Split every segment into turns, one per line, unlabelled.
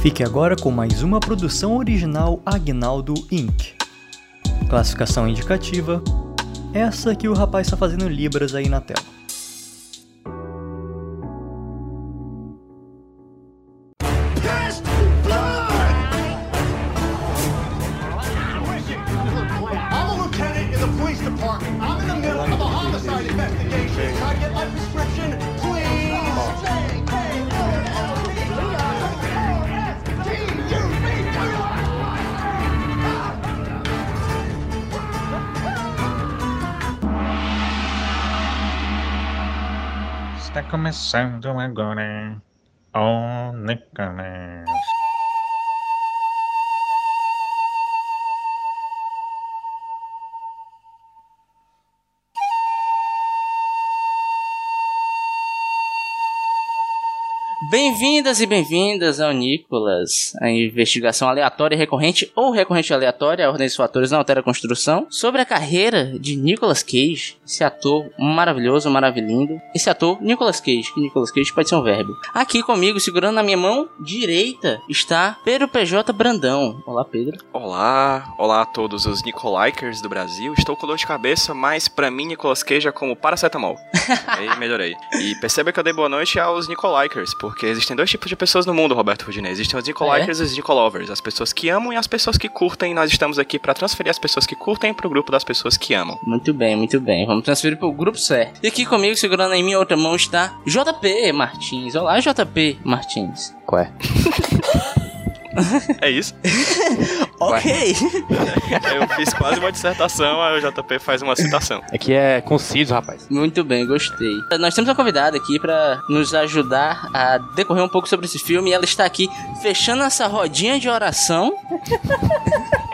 Fique agora com mais uma produção original Agnaldo Inc. Classificação indicativa: essa que o rapaz está fazendo libras aí na tela.
I'm a lieutenant in the police department. I'm in the middle of a homicide investigation. Can I get my prescription, please?
Está começando agora. o Nicolas.
Bem-vindas e bem-vindas ao Nicolas, a investigação aleatória e recorrente ou recorrente e aleatória, a ordem dos fatores não altera a construção, sobre a carreira de Nicolas Cage, esse ator maravilhoso, maravilhindo, esse ator Nicolas Cage, que Nicolas Cage pode ser um verbo. Aqui comigo, segurando na minha mão direita, está Pedro PJ Brandão. Olá, Pedro.
Olá, olá a todos os Nicolikers do Brasil. Estou com dor de cabeça, mas pra mim Nicolas Cage é como paracetamol. Aí melhorei. E perceba que eu dei boa noite aos Nicolikers, porque existem dois tipos de pessoas no mundo, Roberto Rudinei. Existem os Nicolikers e os Nicolovers, as pessoas que amam e as pessoas que curtem. Nós estamos aqui pra transferir as pessoas que curtem pro grupo das pessoas que amam.
Muito bem, muito bem. Vamos transferir pro grupo certo. E aqui comigo, segurando em minha outra mão, está JP Martins. Olá, JP Martins.
Ué,
É isso?
Ok.
Eu fiz quase uma dissertação, aí o JP faz uma citação.
aqui é conciso, rapaz.
Muito bem, gostei. Nós temos uma convidada aqui pra nos ajudar a decorrer um pouco sobre esse filme. E ela está aqui fechando essa rodinha de oração.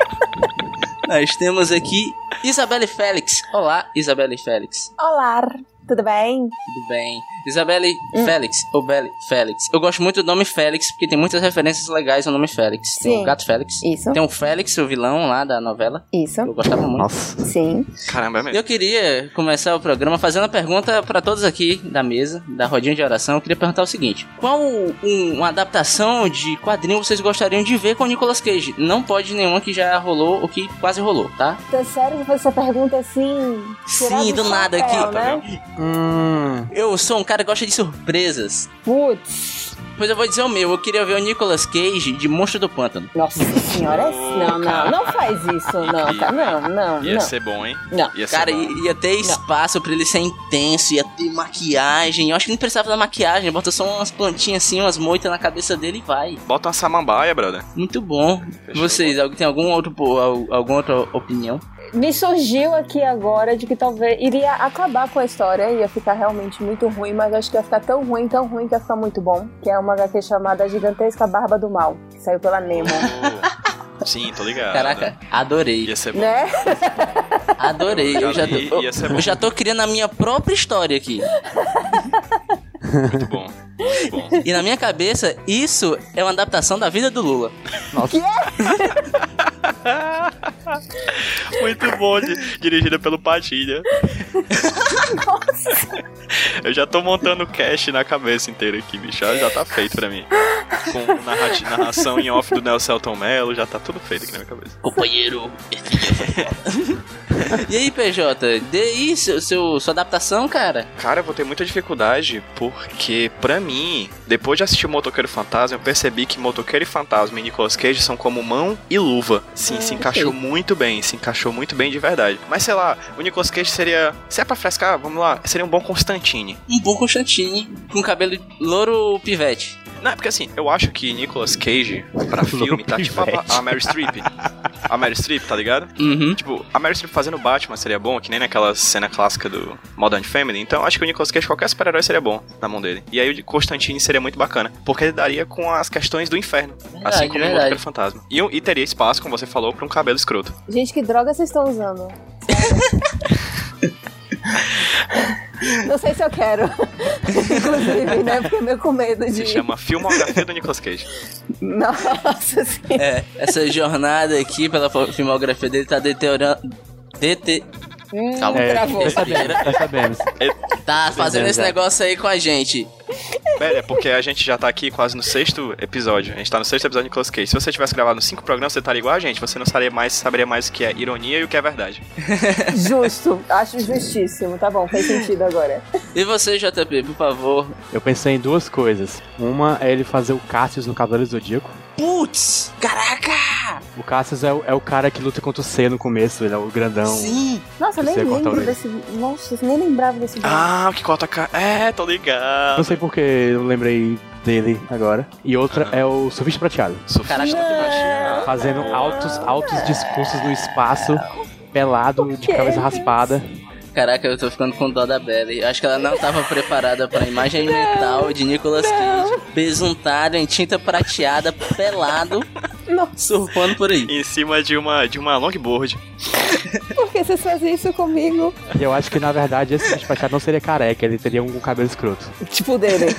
Nós temos aqui Isabelle Félix. Olá, Isabelle Félix.
Olá, tudo bem?
Tudo bem? Isabelle Félix, ou Belle Félix. Eu gosto muito do nome Félix, porque tem muitas referências legais ao nome Félix. Tem
Sim.
o Gato Félix.
Isso,
Tem o Félix, o vilão lá da novela.
isso,
Eu gostava muito.
Nossa.
sim.
Caramba, é mesmo.
Eu queria começar o programa fazendo a pergunta pra todos aqui da mesa, da rodinha de oração. Eu queria perguntar o seguinte: qual um- uma adaptação de quadrinho vocês gostariam de ver com o Nicolas Cage? Não pode nenhuma que já rolou ou que quase rolou, tá?
Tá sério que você pergunta assim? tirado
Sim, do nada
chapéu,
Ah, tá
aqui.
Né?
Hum.
Eu sou um cara que gosta de surpresas.
Putz,
Pois eu vou dizer o meu, eu queria ver o Nicolas Cage de Monstro do Pântano.
nossa senhora, não, não, não faz isso, não, tá? Não, não,
Ia
não.
ser bom, hein?
Não.
Ia ser
Cara,
bom.
i- ia ter espaço pra ele ser intenso, ia ter maquiagem. Eu acho que não precisava da maquiagem, bota só umas plantinhas assim, umas moitas na cabeça dele e vai.
Bota uma samambaia, brother.
Muito bom.
Fechou,
Vocês, alguém tem algum outro, po- al- alguma outra opinião?
Me surgiu aqui agora de que talvez iria acabar com a história, ia ficar realmente muito ruim, mas acho que ia ficar tão ruim, tão ruim que ia ficar muito bom. Que é uma HQ chamada Gigantesca Barba do Mal, que saiu pela Nemo,
Sim, tô ligado. né?
Caraca, adorei.
Ia ser bom.
né?
Adorei. Eu já,
Ia- ia ser
tô,
bom.
eu já tô criando a minha própria história aqui.
Muito bom. Muito bom.
E na minha cabeça, isso é uma adaptação da vida do Lula.
Muito bom, di- dirigida pelo Padilha. Eu já tô montando o cast na cabeça inteira aqui, bicho. Já já tá feito pra mim. Com narrati- narração em off do Nelson Elton Mello, já tá tudo feito aqui na minha cabeça.
Companheiro. e aí, PJ, dê aí seu, seu- sua adaptação, cara.
Cara, eu vou ter muita dificuldade, porque pra mim, depois de assistir Motoqueiro Fantasma, eu percebi que Motoqueiro e Fantasma e Nicolas Cage são como mão e luva. Sim, se encaixou muito bem, se encaixou muito bem de verdade. Mas sei lá, o Nicolas Cage seria. Se é pra frescar, vamos lá, seria um bom Constantine.
Um bom Constantine com cabelo louro pivete.
Não, é porque assim, eu acho que Nicolas Cage pra filme tá tipo a, a Mary Streep. A Mary Streep, tá ligado?
Uhum.
Tipo, a Mary Streep fazendo Batman seria bom, que nem naquela cena clássica do Modern Family. Então acho que o Nicolas Cage, qualquer super-herói seria bom na mão dele. E aí o de Constantine seria muito bacana, porque ele daria com as questões do inferno, assim como o
verdade.
Motoqueiro Fantasma. E, um, e teria espaço, como você falou, pra um cabelo escroto.
Gente, que droga vocês estão usando? Não sei se eu quero. Inclusive, né? Porque meio com medo
Se
de.
chama Filmografia do Nicolas Cage.
Nossa senhora.
É, essa jornada aqui pela fo- filmografia dele tá deteriorando. Dete...
Hum,
Calma.
travou.
É,
Nós sabemos, nós sabemos.
Tá fazendo
Entendemos,
esse
é.
negócio aí com a gente.
Velho, é porque a gente já tá aqui quase no sexto episódio. A gente tá no sexto episódio de Nicolas Cage. Se você tivesse gravado cinco programas, você estaria igual a gente. Você não saberia mais, saberia mais o que é ironia e o que é verdade.
Justo, acho justíssimo. Tá bom, faz sentido agora.
E você, JP, por favor?
Eu pensei em duas coisas. Uma é ele fazer o Cassius no Cavaleiro do Zodíaco.
Putz! Caraca!
O Cassius é, o- é o cara que luta contra o C no começo, ele é o grandão.
Sim!
Nossa, eu nem
Você ia cortar a
lembro
orelha.
desse. Nossa, eu nem lembrava desse boneco.
Ah, o que corta a cara. É, tô
Não
ligado.
sei porque eu lembrei dele agora. E outra é o Surfista Prateado.
Caraca.
Caraca.
Fazendo altos, altos discursos no espaço, pelado, de
quê,
cabeça raspada.
Caraca, eu tô ficando com dó da Belly. Acho que ela não tava preparada pra imagem mental de Nicolas Cage, besuntado em tinta prateada, pelado,
Nossa,
surfando por aí.
Em cima de uma, de uma longboard.
por que vocês fazem isso comigo?
E eu acho que na verdade esse Surfista Prateado não seria careca, ele teria um cabelo escroto.
Tipo dele.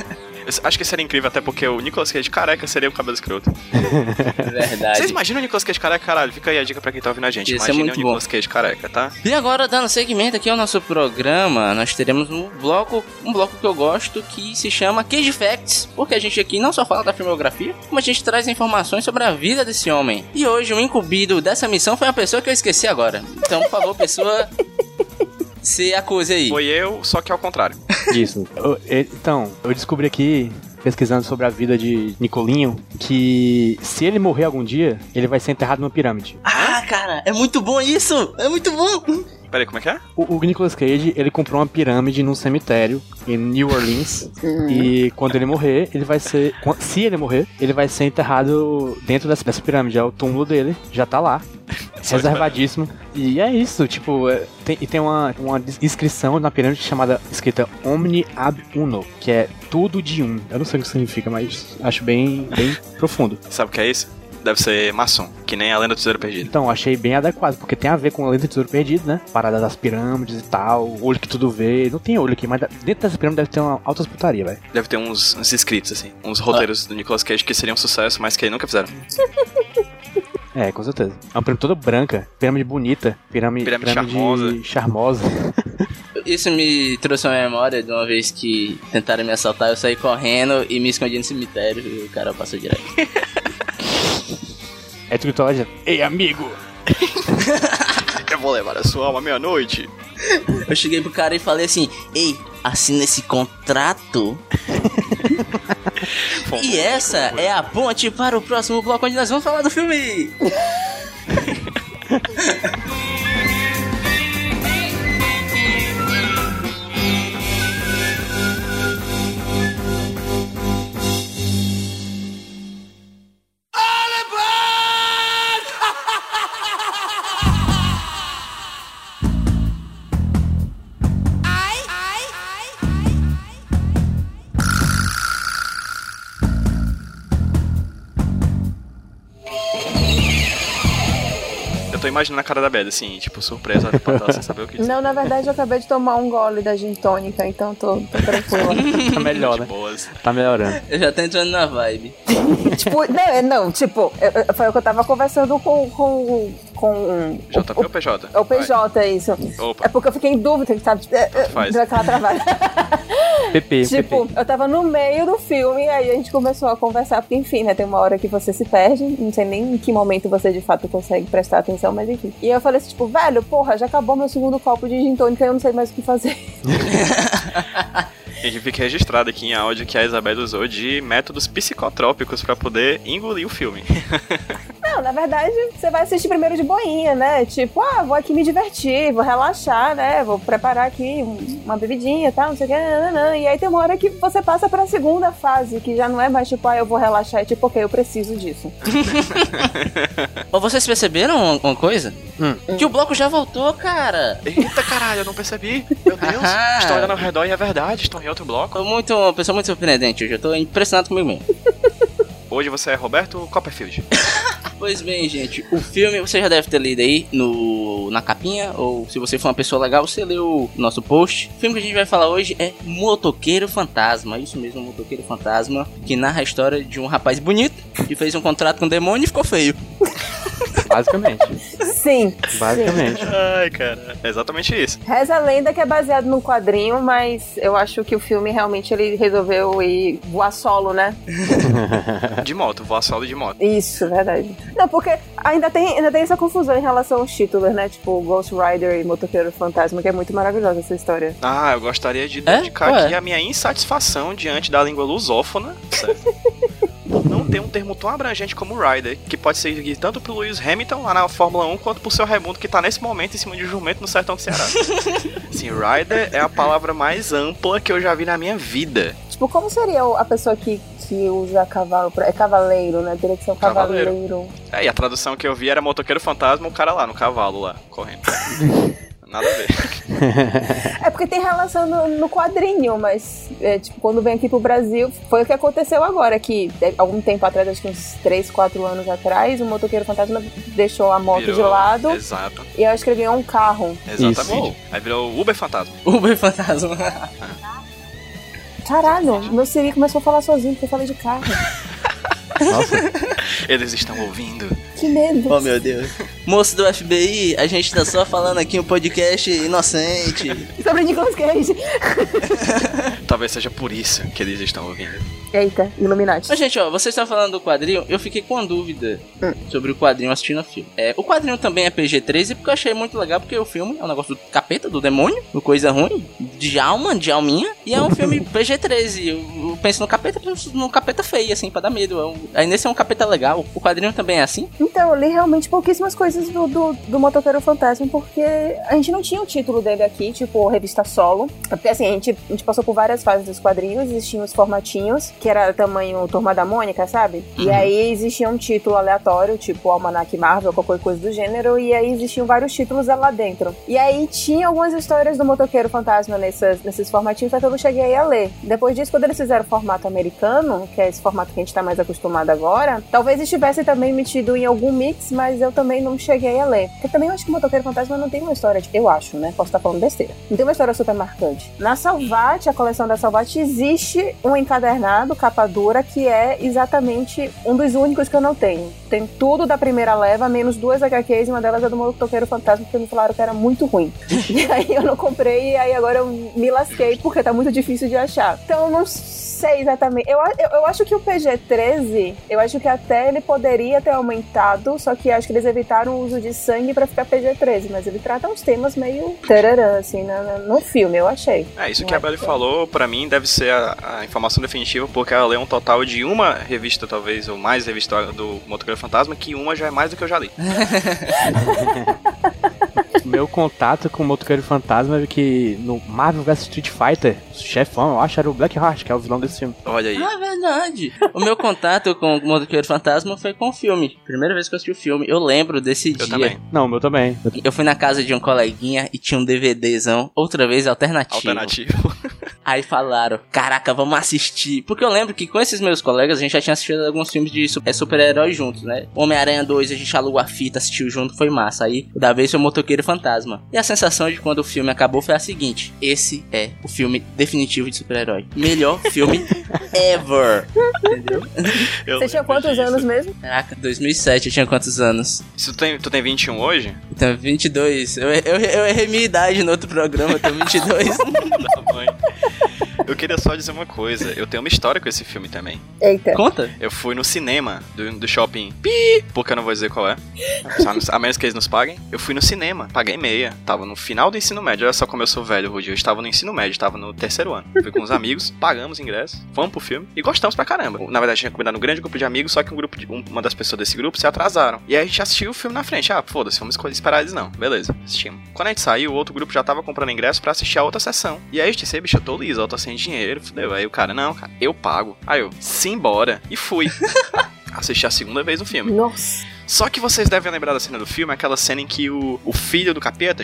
Eu acho que seria incrível, até porque o Nicolas Cage careca seria um cabelo escroto. Vocês
Verdade.
imaginam o Nicolas Cage careca, caralho? Fica aí a dica pra quem tá ouvindo a gente.
Isso é
Imagina
muito
o Nicolas Cage careca, tá?
E agora, dando segmento aqui ao nosso programa, nós teremos um bloco, um bloco que eu gosto que se chama Cage Facts, porque a gente aqui não só fala da filmografia, como a gente traz informações sobre a vida desse homem. E hoje o incumbido dessa missão foi uma pessoa que eu esqueci agora. Então, por favor, pessoa, se acuse aí.
Foi eu, só que ao contrário.
Isso. Eu- e- Então, eu descobri aqui, pesquisando sobre a vida de Nicolinho, que se ele morrer algum dia, ele vai ser enterrado numa pirâmide.
Ah, cara, é muito bom isso! É muito bom!
Peraí, como é que é?
O, o Nicolas Cage, ele comprou uma pirâmide num cemitério em New Orleans. e quando ele morrer, ele vai ser. quan- Se ele morrer, ele vai ser enterrado dentro dessa, dessa pirâmide. É o túmulo dele, já tá lá. Reservadíssimo. E é isso, tipo, é- tem, e tem uma, uma dis- inscrição na pirâmide chamada escrita Omni Ab Uno, que é tudo de um. Eu não sei o que significa, mas acho bem, bem profundo.
Sabe o que é isso? Deve ser maçom, que nem a lenda do tesouro perdido.
Então, achei bem adequado, porque tem a ver com a lenda do tesouro perdido, né? Parada das pirâmides e tal, olho que tudo vê. Não tem olho aqui, mas dentro dessa pirâmide deve ter uma altas putaria, velho.
Deve ter uns, uns escritos, assim. Uns roteiros do Nicolas Cage que seriam um sucesso, mas que nunca fizeram.
É, com certeza. É uma pirâmide toda branca, pirâmide bonita, pirâmide,
Pirâmide
charmosa.
Isso me trouxe à memória de uma vez que tentaram me assaltar, eu saí correndo e me escondi no cemitério e o cara passou direto.
É tudo que tu olha, Ei, amigo!
Eu vou levar a sua alma à meia-noite.
Eu cheguei pro cara e falei assim: Ei, assina esse contrato. E essa é a ponte para o próximo bloco onde nós vamos falar do filme.
Eu tô imaginando a cara da Bela, assim, tipo, surpresa, patada, sem saber o que dizer.
Não, na verdade eu acabei de tomar um gole da gin tônica, então tô, tô tranquila.
Tá melhor,
De
né?
boas.
Tá melhorando.
Eu já tô entrando na vibe.
tipo, não, é- não, tipo, eu- eu- foi o que eu tava conversando com, com, com um-
JP ou PJ?
É o PJ, é isso.
Opa.
É porque eu fiquei em dúvida, sabe? Tipo, é, é,
Faz.
Deu aquela travada.
PP,
tipo,
PP.
eu tava no meio do filme e aí a gente começou a conversar, porque enfim, né? Tem uma hora que você se perde, não sei nem em que momento você de fato consegue prestar atenção, mas enfim. E eu falei assim, tipo, velho, porra, já acabou meu segundo copo de gin tônica eu não sei mais o que fazer.
E que fica registrado aqui em áudio que a Isabela usou de métodos psicotrópicos pra poder engolir o filme.
Não, na verdade, você vai assistir primeiro de boinha, né? Tipo, ah, vou aqui me divertir, vou relaxar, né? Vou preparar aqui um- uma bebidinha e tal, não sei o que. nananã. E aí tem uma hora que você passa pra segunda fase, que já não é mais tipo, ah, eu vou relaxar, é tipo, ok, eu preciso disso.
Mas vocês perceberam uma- uma coisa? Que o bloco já voltou, cara.
Eita caralho, eu não percebi. Meu Deus.
Ah.
estou olhando ao redor e é verdade, estou em outro bloco.
Tô muito, uma pessoa muito surpreendente hoje. Eu tô impressionado comigo mesmo.
Hoje você é Roberto Copperfield.
Pois bem, gente, o filme você já deve ter lido aí no, na capinha, ou se você for uma pessoa legal, você leu o nosso post. O filme que a gente vai falar hoje é Motoqueiro Fantasma, é isso mesmo, Motoqueiro Fantasma, que narra a história de um rapaz bonito que fez um contrato com o demônio e ficou feio.
Basicamente.
Sim. Sim.
Basicamente.
Ai, cara. É exatamente isso.
Reza a lenda que é baseado num quadrinho, mas eu acho que o filme realmente ele resolveu ir voar solo, né?
De moto, voar solo de moto.
Isso, verdade. Não, porque ainda tem, ainda tem essa confusão em relação aos títulos, né? Tipo, Ghost Rider e Motoqueiro Fantasma, que é muito maravilhosa essa história.
Ah, eu gostaria de dedicar
Ué.
aqui a minha insatisfação diante da língua lusófona. Certo? Não tem um termo tão abrangente como Rider, que pode ser seguido tanto pelo Lewis Hamilton lá na Fórmula 1, quanto pro seu Raimundo, que tá nesse momento em cima de um jumento no sertão do Ceará. Sim, Rider é a palavra mais ampla que eu já vi na minha vida.
Tipo, como seria o- a pessoa que, que usa cavalo? pra- É cavaleiro, né? Teria que ser um
Cavaleiro.
cavaleiro.
É, e a tradução que eu vi era motoqueiro fantasma, o cara lá no cavalo lá, correndo. Nada a ver.
É porque tem relação no, no quadrinho, mas é, tipo, quando vem aqui pro Brasil, foi o que aconteceu agora, que de- algum tempo atrás, acho que uns 3, 4 anos atrás, o motoqueiro fantasma deixou a moto de
Virou-
lado
Exato,
e eu escrevi um carro.
exatamente. Aí virou Uber fantasma.
Uber fantasma.
Caralho, meu Siri começou a falar sozinho porque eu falei de carro.
Nossa,
Eles estão ouvindo.
Que medo.
Oh, meu Deus. Moço do FBI, a gente tá só falando aqui um podcast inocente.
Sobre Nicolas Cage.
Talvez seja por isso que eles estão ouvindo.
Eita, Illuminati.
Mas, gente, ó, vocês estavam falando do quadrinho, eu fiquei com uma dúvida sobre o quadrinho assistindo o filme. É, o quadrinho também é PG-13, porque eu achei muito legal, porque o filme é um negócio do capeta, do demônio, do coisa ruim, de alma, de alminha, e é um filme PG-13. Eu, eu penso no capeta, penso no capeta feio, assim, pra dar medo. É um- Aí nesse é um capeta legal. O quadrinho também é assim?
Então, eu li realmente pouquíssimas coisas do, do, do Motoqueiro Fantasma, porque a gente não tinha o título dele aqui, tipo, revista solo. Porque assim, a gente, a gente passou por várias fases dos quadrinhos, existiam os formatinhos, que era tamanho Turma da Mônica, sabe? E aí existia um título aleatório, tipo Almanac Marvel, qualquer coisa do gênero, e aí existiam vários títulos lá dentro. E aí tinha algumas histórias do Motoqueiro Fantasma nessas, nesses formatinhos, só que eu não cheguei a ler. Depois disso, quando eles fizeram o formato americano, que é esse formato que a gente tá mais acostumado agora, talvez estivesse também metido em algum mix, mas eu também não cheguei a ler. Porque também eu acho que o Motoqueiro Fantasma não tem uma história, de- eu acho, né? Posso estar falando besteira. Não tem uma história super marcante. Na Salvate, a coleção da Salvate, existe um encadernado, capa dura, que é exatamente um dos únicos que eu não tenho. Tem tudo da primeira leva, menos duas HQs, e uma delas é do Motoqueiro Fantasma, porque me falaram que era muito ruim. E aí eu não comprei, e aí agora eu me lasquei, porque tá muito difícil de achar. Então eu não sei exatamente. Eu, a- eu, eu acho que o PG-13, eu acho que até ele poderia ter aumentado, só que acho que eles evitaram o uso de sangue pra ficar PG-13, mas ele trata uns temas meio tararã, assim, na- na- no filme, eu achei.
É, isso
Não
que a
é
Belly
só.
falou, pra mim, deve ser a, a informação definitiva, porque ela leu um total de uma revista, talvez, ou mais revista do Motoqueiro Fantasma, que uma já é mais do que eu já li.
meu contato com o motoqueiro fantasma é que no Marvel vs Street Fighter, o chefão, eu acho, era o Blackheart, que é o vilão desse filme.
Olha aí.
Ah, verdade. o meu contato com o Motoqueiro Fantasma foi com o filme. Primeira vez que eu assisti o filme, eu lembro desse dia.
Eu também.
Não, o meu também.
Eu fui na casa de um coleguinha e tinha um DVDzão, outra vez alternativo.
Alternativo.
Aí falaram, caraca, vamos assistir. Porque eu lembro que com esses meus colegas a gente já tinha assistido alguns filmes de su- é, super-heróis juntos, né? Homem-Aranha 2, a gente alugou a fita, assistiu junto, foi massa. Aí, da vez foi o Motoqueiro Fantasma. E a sensação de quando o filme acabou foi a seguinte: esse é o filme definitivo de super-herói. Melhor filme ever.
Eu
Você tinha
lembro
quantos
disso.
anos mesmo?
Caraca, 2007, eu tinha quantos anos?
Se tu tem, tu tem 21 hoje?
Então, 22. Eu, eu, eu errei minha idade no outro programa, eu tenho 22.
Não, mãe. Eu queria só dizer uma coisa. Eu tenho uma história com esse filme também.
Eita.
Conta?
Eu fui no cinema do, do shopping. Pi! Porque eu não vou dizer qual é. Só- A menos que eles nos paguem. Eu fui no cinema, paguei meia. Tava no final do ensino médio. Olha só como eu sou velho, Rudy. Eu estava no ensino médio, estava no terceiro ano. Fui com uns amigos, pagamos ingresso, fomos pro filme e gostamos pra caramba. Na verdade, tinha combinado um grande grupo de amigos, só que um grupo de- um- uma das pessoas desse grupo se atrasaram. E aí a gente assistiu o filme na frente. Ah, foda-se, vamos escolher esperar eles não. Beleza, assistimos. Quando a gente saiu, o outro grupo já tava comprando ingresso pra assistir a outra sessão. E aí a gente disse, "Ei, bicho, eu tô liso, eu tô sem dinheiro, fudeu. Aí o cara, não, cara, eu pago. Aí eu, simbora. E fui. Assisti a segunda vez o filme.
Nossa.
Só que vocês devem lembrar da cena do filme, aquela cena em que o, o filho do capeta,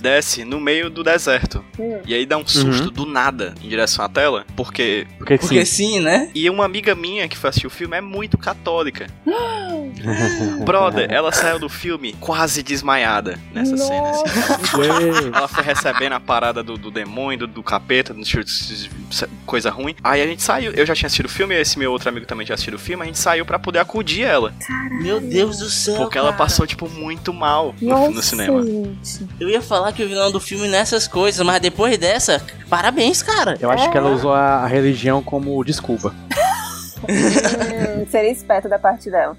desce no meio do deserto.
Hum.
E aí dá um susto do nada em direção à tela, porque.
Por que que
Porque
sim?
sim, né?
E uma amiga minha que foi assistir o filme é muito católica. Brother, ela saiu do filme quase desmaiada nessa
Nossa.
cena. assim.
Ué.
Ela foi recebendo a parada do, do demônio, do, do capeta, do, coisa ruim. Aí a gente saiu, eu já tinha assistido o filme, esse meu outro amigo também tinha assistido o filme, a gente saiu pra poder acudir ela.
Meu Deus do céu.
Porque ela
cara.
passou, tipo, muito mal no,
Nossa,
no cinema.
gente.
Eu ia falar que o vilão do filme nessas coisas, mas depois dessa, parabéns, cara.
Eu acho que ela usou a a religião como desculpa.
Hum, seria esperto da parte dela.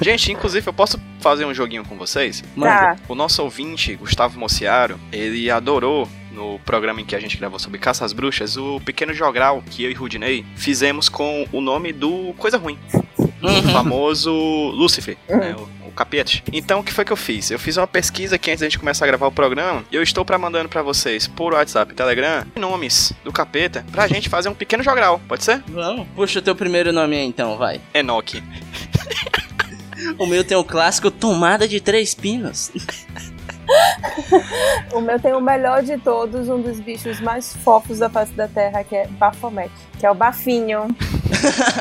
Gente, inclusive, eu posso fazer um joguinho com vocês?
Tá.
O nosso ouvinte, Gustavo Mociaro, ele adorou no programa em que a gente gravou sobre Caça às Bruxas, o pequeno jogral que eu e Rudinei fizemos com o nome do Coisa Ruim. O
Uhum.
famoso Lúcifer, né? O, o capete. Então, o que foi que eu fiz? Eu fiz uma pesquisa aqui antes da gente começar a gravar o programa. E eu estou pra mandando pra vocês por WhatsApp e Telegram nomes do capeta pra gente fazer um pequeno jogral. Pode ser?
Vamos. Puxa o teu primeiro nome aí, então, vai.
Enoque.
O meu tem o clássico Tomada de Três Pinos.
O meu tem o melhor de todos, um dos bichos mais fofos da face da Terra, que é Baphomet, que é o bafinho.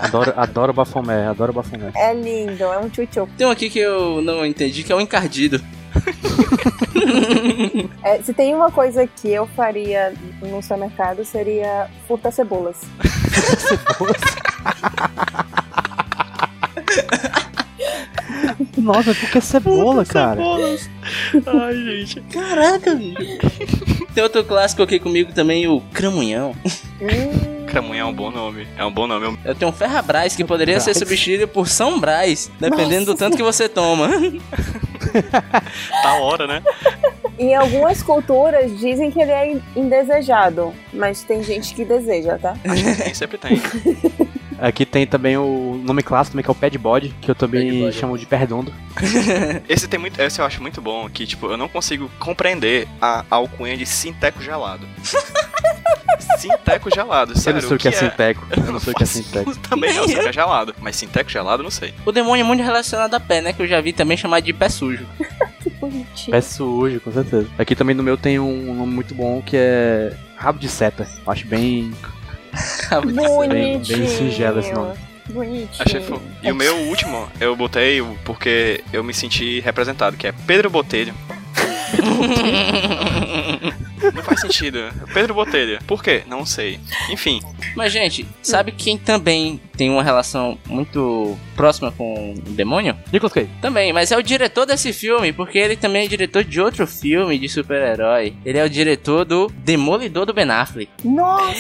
Adoro, adoro Bafomé, adoro Bafomé.
É lindo, é um tchutchu.
Tem um aqui que eu não entendi, que é o encardido.
É, se tem uma coisa que eu faria no seu mercado, seria furtar cebolas.
Nossa, porque é cebola, cara.
Ai, gente.
Caraca, bicho. Tem outro clássico aqui comigo também, o Cramunhão.
Hum,
Cramunhão é um bom nome. É um bom nome. Eu-
Eu tenho um Ferrabras que poderia ser
Brás.
substituído por São Brás, dependendo do tanto que você toma.
Tá hora, né?
Em algumas culturas dizem que ele é in- indesejado, mas tem gente que deseja, tá?
Acho que tem, sempre tem.
Aqui tem também o nome clássico também, que é o pé de bode, que eu
Pé de
também
bode.
chamo de perdondo.
Esse tem muito. Esse eu acho muito bom, que, tipo, eu não consigo compreender a alcunha de Sinteco gelado. Sinteco gelado,
Eu
sério.
não sei o que é sinteco. Eu
Eu
não sei o que é
faço-
sinteco.
Também não, sei o que é gelado. Mas Sinteco gelado, eu não sei.
O demônio é muito relacionado a pé, né? Que eu já vi também chamado de pé sujo.
Que bonitinho.
Pé sujo, com certeza. Aqui também no meu tem um nome muito bom que é rabo de seta. Eu Acho bem.
Bonitinho.
Bem- bem singelo esse nome.
Bonitinho.
Achei fofo. E o meu último, eu botei o- porque eu me senti representado, que é Pedro Botelho. não faz sentido. Pedro Botelho. Por quê? Não sei. Enfim,
Mas, gente, sabe quem também tem uma relação muito próxima com o demônio?
Nicolas Cage.
Também, mas é o diretor desse filme, porque ele também é diretor de outro filme de super-herói. Ele é o diretor do Demolidor do Ben Affleck.
Nossa,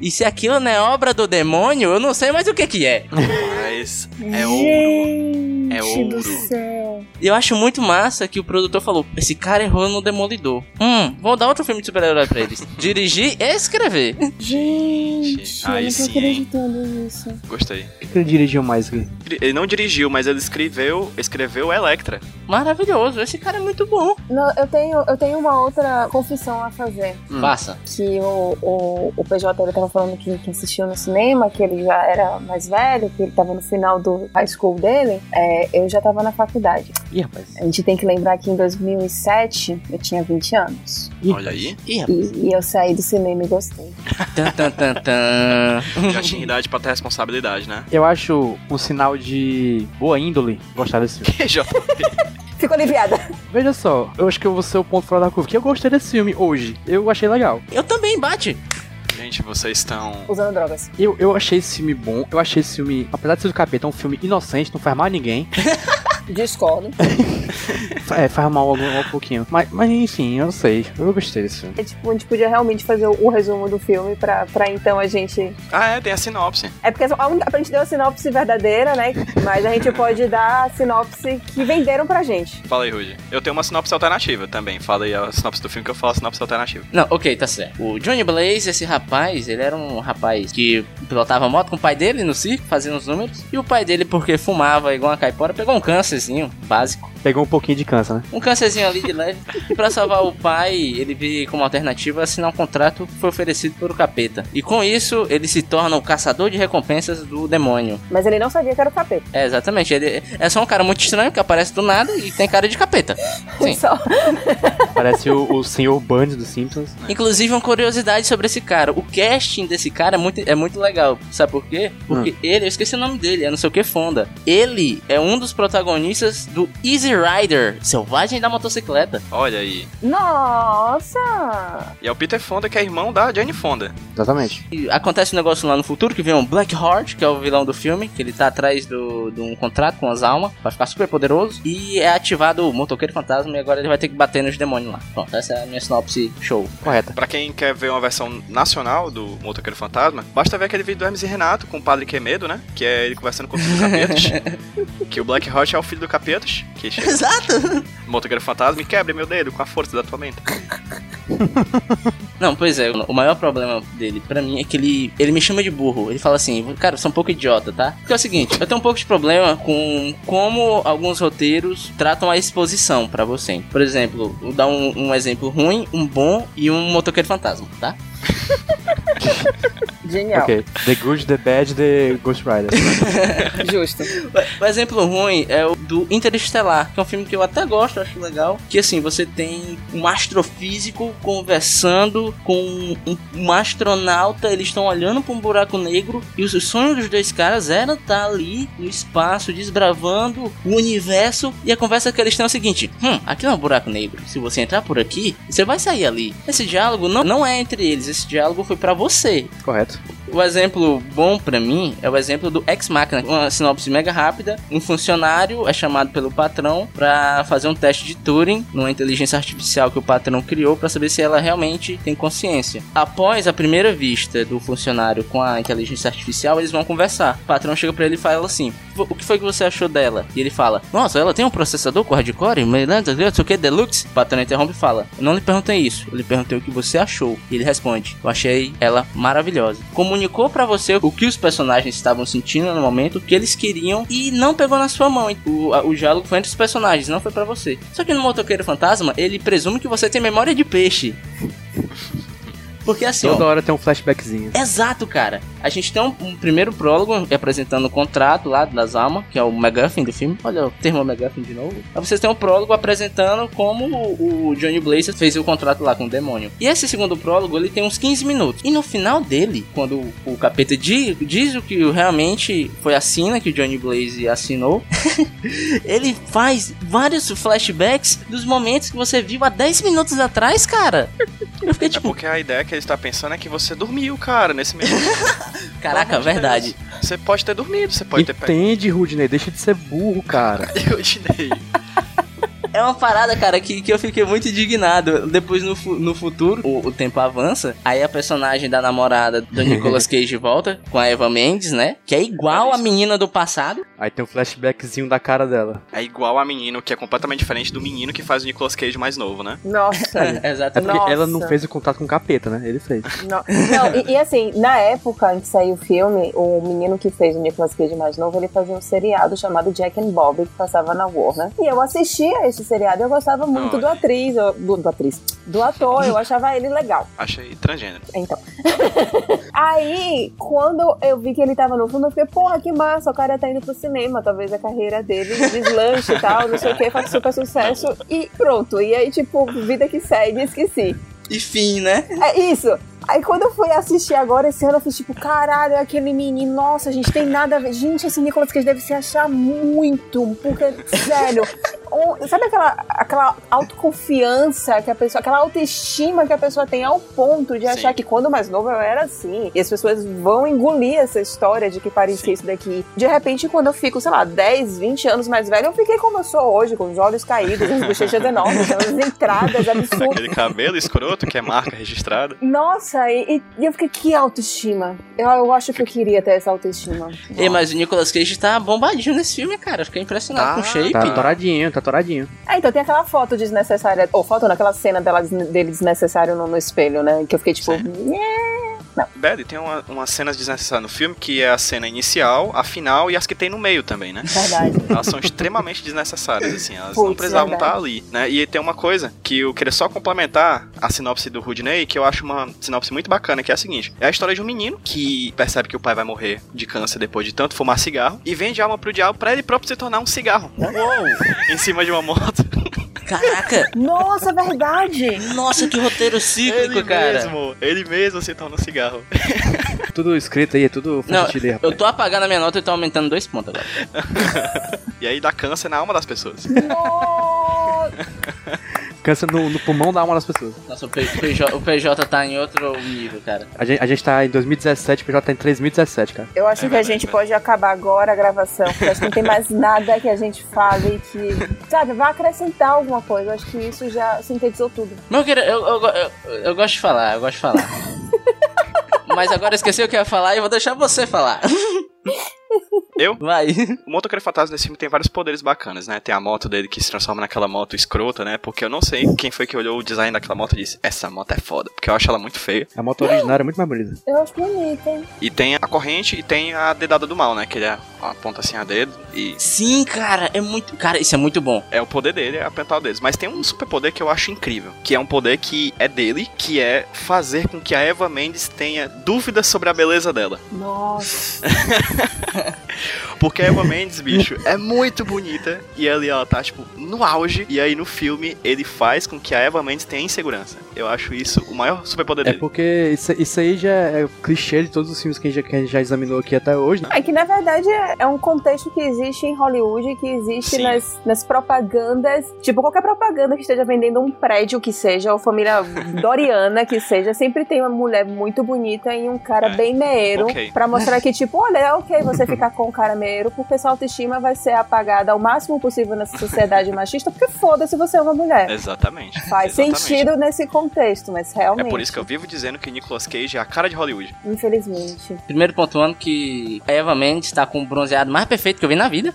E se aquilo não é obra do demônio, eu não sei mais o que que é.
mas é ouro.
gente
É ouro.
do céu.
E eu acho muito massa que o produtor falou, esse cara errou no Demolidor. Hum, vou dar outro filme de super-herói pra eles. Dirigir e escrever.
Gente,
Aí
eu não tô
sim,
acreditando nisso.
Gostei.
O que que ele dirigiu mais aqui?
Ele não dirigiu, mas ele escreveu, escreveu Electra.
Maravilhoso, esse cara é muito bom.
Não, eu tenho, eu tenho uma outra confissão a fazer.
Passa.
Que o, o, o PJ ele tava falando que, que assistiu no cinema, que ele já era mais velho, que ele tava no final do high school dele. É, eu já tava na faculdade.
Ih, rapaz.
A gente tem que lembrar que em 2007 eu tinha 20 anos.
Ih,
Olha aí.
Ih, rapaz.
E, e eu saí do cinema e gostei.
Tan, tan, tan, tan.
Já tinha idade pra ter responsabilidade, né?
Eu acho um sinal de boa índole gostar desse filme.
Já
Fico aliviada.
Veja só, eu acho que eu vou ser o ponto fora da curva. Que eu gostei desse filme hoje. Eu achei legal.
Eu também, bate.
Gente, vocês estão.
Usando drogas.
Eu, eu achei esse filme bom. Eu achei esse filme, apesar de ser do capeta, é um filme inocente, não faz mal a ninguém.
Discordo.
É, faz mal algum, um pouquinho. Mas, mas enfim, eu sei. Eu gostei desse filme.
É tipo, a gente podia realmente fazer o, o resumo do filme pra, pra então a gente.
Ah, é, tem a sinopse.
É porque a única- a gente deu a sinopse verdadeira, né? Mas a gente pode dar a sinopse que venderam pra gente.
Fala aí, Rudy. Eu tenho uma sinopse alternativa também. Fala aí a sinopse do filme que eu falo a sinopse alternativa.
Não, ok, tá certo. O Johnny Blaze, esse rapaz, ele era um rapaz que pilotava moto com o pai dele no circo, fazendo os números. E o pai dele, porque fumava igual uma caipora, pegou um câncerzinho básico.
Pegou um pouquinho de câncer, né?
Um câncerzinho ali de leve. E pra salvar o pai, ele vê como alternativa assinar um contrato que foi oferecido pelo capeta. E com isso, ele se torna o caçador de recompensas do demônio.
Mas ele não sabia que era o capeta.
É, exatamente. Ele é só um cara muito estranho que aparece do nada e tem cara de capeta. Sim.
Só.
Parece o, o senhor Burns dos Simpsons.
Inclusive, uma curiosidade sobre esse cara. O casting desse cara é muito, é muito legal. Sabe por quê? Porque ele, eu esqueci o nome dele, é não sei o que Fonda. Ele é um dos protagonistas do Easy Rider, Selvagem da Motocicleta.
Olha aí.
Nossa!
E é o Peter Fonda, que é irmão da Jane Fonda.
Exatamente.
E acontece um negócio lá no futuro que vem um Black Heart, que é o vilão do filme, que ele tá atrás do, de um contrato com as almas, pra ficar super poderoso. E é ativado o motoqueiro fantasma e agora ele vai ter que bater nos demônios lá. Bom, essa é a minha sinopse show.
Correta.
Pra quem quer ver uma versão nacional do Motoqueiro Fantasma, basta ver aquele vídeo do Hermes e Renato com o Padre Quemedo, né? Que é ele conversando com o filho do Capetas. que o Black Hot é o filho do Capetas, que chega
Exato!
no Motoqueiro Fantasma e quebra meu dedo com a força da tua mente.
Não, pois é, o maior problema dele pra mim é que ele, ele me chama de burro. Ele fala assim, cara, eu sou um pouco idiota, tá? Porque é o seguinte, eu tenho um pouco de problema com como alguns roteiros tratam a exposição pra você. Por exemplo, vou dar um, um exemplo ruim, um bom e um motoqueiro fantasma, tá?
Genial.
Ok. The Good, The Bad, The Ghost Rider.
Justo.
O exemplo ruim é o do Interestelar, que é um filme que eu até gosto, acho legal. Que assim, você tem um astrofísico conversando com um, um astronauta, eles estão olhando para um buraco negro e os- o sonho dos dois caras era estar ali no espaço, desbravando o universo. E a conversa que eles têm é o seguinte: hum, aqui não é um buraco negro. Se você entrar por aqui, você vai sair ali. Esse diálogo não, não é entre eles, esse diálogo foi para você.
Correto.
O exemplo bom pra mim é o exemplo do Ex Machina, uma sinopse mega rápida. Um funcionário é chamado pelo patrão pra fazer um teste de Turing numa inteligência artificial que o patrão criou pra saber se ela realmente tem consciência. Após a primeira vista do funcionário com a inteligência artificial, eles vão conversar. O patrão chega pra ele e fala assim: "Vo- "O que foi que você achou dela?" E ele fala: "Nossa, ela tem um processador quad-core, mas né, não sei o que deluxe". O patrão interrompe e fala: "Eu não lhe perguntei isso, eu lhe perguntei o que você achou". E ele responde: "Eu achei ela maravilhosa". Comunicou pra você o que os personagens estavam sentindo no momento, o que eles queriam e não pegou na sua mão. O, a- o diálogo foi entre os personagens, não foi pra você. Só que no Motoqueiro Fantasma, ele presume que você tem memória de peixe. Porque assim, ó,
Toda hora tem um flashbackzinho.
Exato, cara. A gente tem um, um primeiro prólogo apresentando o contrato lá das almas, que é o McGuffin do filme. Olha o termo McGuffin de novo. Aí vocês têm um prólogo apresentando como o, o Johnny Blaze fez o contrato lá com o demônio. E esse segundo prólogo, ele tem uns 15 minutos. E no final dele, quando o, o capeta di- diz o que realmente foi a sina que o Johnny Blaze assinou, ele faz vários flashbacks dos momentos que você viu há 10 minutos atrás, cara. Eu fiquei
É
tipo,
porque a ideia que ele está pensando é que você dormiu, cara, nesse mesmo momento.
caraca, verdade.
Você pode ter dormido, você pode ter pego.
Entende, Rudney? Deixa de ser burro, cara.
Eu te dei.
É uma parada, cara, que, que eu fiquei muito indignado. Depois, no, fu- no futuro, o, o tempo avança. Aí a personagem da namorada do Nicolas Cage volta com a Eva Mendes, né? Que é igual a menina do passado.
Aí tem um flashbackzinho da cara dela.
É igual a menino, que é completamente diferente do menino que faz o Nicolas Cage mais novo, né?
Nossa.
É
Exatamente.
porque ela não
Nossa.
fez o contato com o capeta, né? Ele fez.
No- Não, e, e assim, na época em que saiu o filme, o menino que fez o Nicolas Cage mais novo, ele fazia um seriado chamado Jack and Bob, que passava na Warner. E eu assistia esse seriado, eu gostava muito do atriz, eu- do, do atriz, do ator, eu achava ele legal.
Achei transgênero.
Então. Aí, quando eu vi que ele tava no filme, eu fiquei, porra, que massa, o cara tá indo pro cinema, talvez a carreira dele deslanche e tal, não sei o que, faça super sucesso e pronto. E aí, tipo, vida que segue, esqueci.
E fim, né?
É isso. Aí quando eu fui assistir agora esse ano, eu fiz tipo, caralho, aquele menino, nossa, gente, tem nada a ver. Gente, esse Nicolas Cage deve se achar muito, porque, sério, um- sabe aquela, aquela autoconfiança que a pessoa, aquela autoestima que a pessoa tem ao ponto de achar
Sim.
que quando mais novo eu era assim. E as pessoas vão engolir essa história de que parecia isso daqui. De repente, quando eu fico, sei lá, 10, 20 anos mais velho, eu fiquei como eu sou hoje, com os olhos caídos, as bochechas enormes, as entradas absurdas.
Aquele cabelo escroto que é marca registrada.
Nossa, e, e- e eu fiquei, que autoestima. Eu, eu acho que eu queria ter essa autoestima.
E, mas o Nicolas Cage tá bombadinho nesse filme, cara. Eu fiquei impressionado
Tá,
com o shape.
Tá toradinho, tá toradinho.
Ah, então tem aquela foto desnecessária, ou foto naquela cena dela, dele desnecessário no, no espelho, né? Que eu fiquei tipo, "Nhé".
Bad, tem uma- umas cenas desnecessárias no filme, que é a cena inicial, a final e as que tem no meio também, né?
Verdade.
Elas são extremamente desnecessárias, assim, elas não
Putz,
precisavam
verdade.
estar ali, né? E tem uma coisa que eu queria só complementar a sinopse do Rudney, que eu acho uma sinopse muito bacana, que é a seguinte: é a história de um menino que percebe que o pai vai morrer de câncer depois de tanto fumar cigarro e vende a alma pro diabo pra ele próprio se tornar um cigarro. Uou! em cima de uma moto.
Caraca!
Nossa, verdade!
Nossa, que roteiro cíclico,
ele
cara.
mesmo, ele mesmo se torna um cigarro.
Tudo escrito aí, é tudo
Não,
fonte de erro.
eu tô apagando a minha nota e tô aumentando dois pontos agora.
E aí dá câncer na alma das pessoas.
Nossa!
Câncer no, no pulmão da alma das pessoas.
Nossa, o P- PJ, o PJ tá em outro nível, cara.
A gente, a gente tá em 2017, o PJ tá em 3017, cara.
Eu acho que a gente pode acabar agora a gravação, porque acho que não tem mais nada que a gente fale que, sabe, vai acrescentar alguma coisa. Eu acho que isso já sintetizou tudo.
Mas eu, quero, eu, eu, eu, eu gosto de falar, eu gosto de falar. Mas agora eu esqueci o que eu ia falar e vou deixar você falar.
Eu?
Vai.
O motoqueiro fantasma nesse filme tem vários poderes bacanas, né? Tem a moto dele que se transforma naquela moto escrota, né? Porque eu não sei quem foi que olhou o design daquela moto e disse: Essa moto é foda, porque eu acho ela muito feia.
A moto original é muito mais bonita.
Eu acho bonito, hein?
E tem a corrente e tem a dedada do mal, né? Que ele aponta assim a dedo e
Sim, cara, é muito. Cara, isso é muito bom.
é o poder dele, é apontar o dedo. Mas tem um superpoder que eu acho incrível, que é um poder que é dele, que é fazer com que a Eva Mendes tenha dúvidas sobre a beleza dela.
Nossa.
Porque a Eva Mendes, bicho, é muito bonita. E ali ela tá, tipo, no auge. E aí no filme ele faz com que a Eva Mendes tenha insegurança. Eu acho isso o maior superpoder
É
dele.
porque isso, isso aí já é clichê de todos os filmes que a gente, que a gente já examinou aqui até hoje. né?
É que na verdade é é um contexto que existe em Hollywood, que existe
Sim.
nas, nas propagandas. Tipo, qualquer propaganda que esteja vendendo um prédio que seja, ou família Doriana que seja, sempre tem uma mulher muito bonita e um cara
É.
bem meeiro
Ok.
pra mostrar que, tipo, olha, é ok você ficar com um cara meeiro, porque sua autoestima vai ser apagada ao máximo possível nessa sociedade machista, porque foda-se você é uma mulher.
Exatamente.
Faz
Exatamente.
sentido nesse contexto, mas
É
realmente,
por isso que eu vivo dizendo que Nicolas Cage é a cara de Hollywood.
infelizmente.
Primeiro pontuando que a Eva Mendes tá com o bronzeado mais perfeito que eu vi na vida.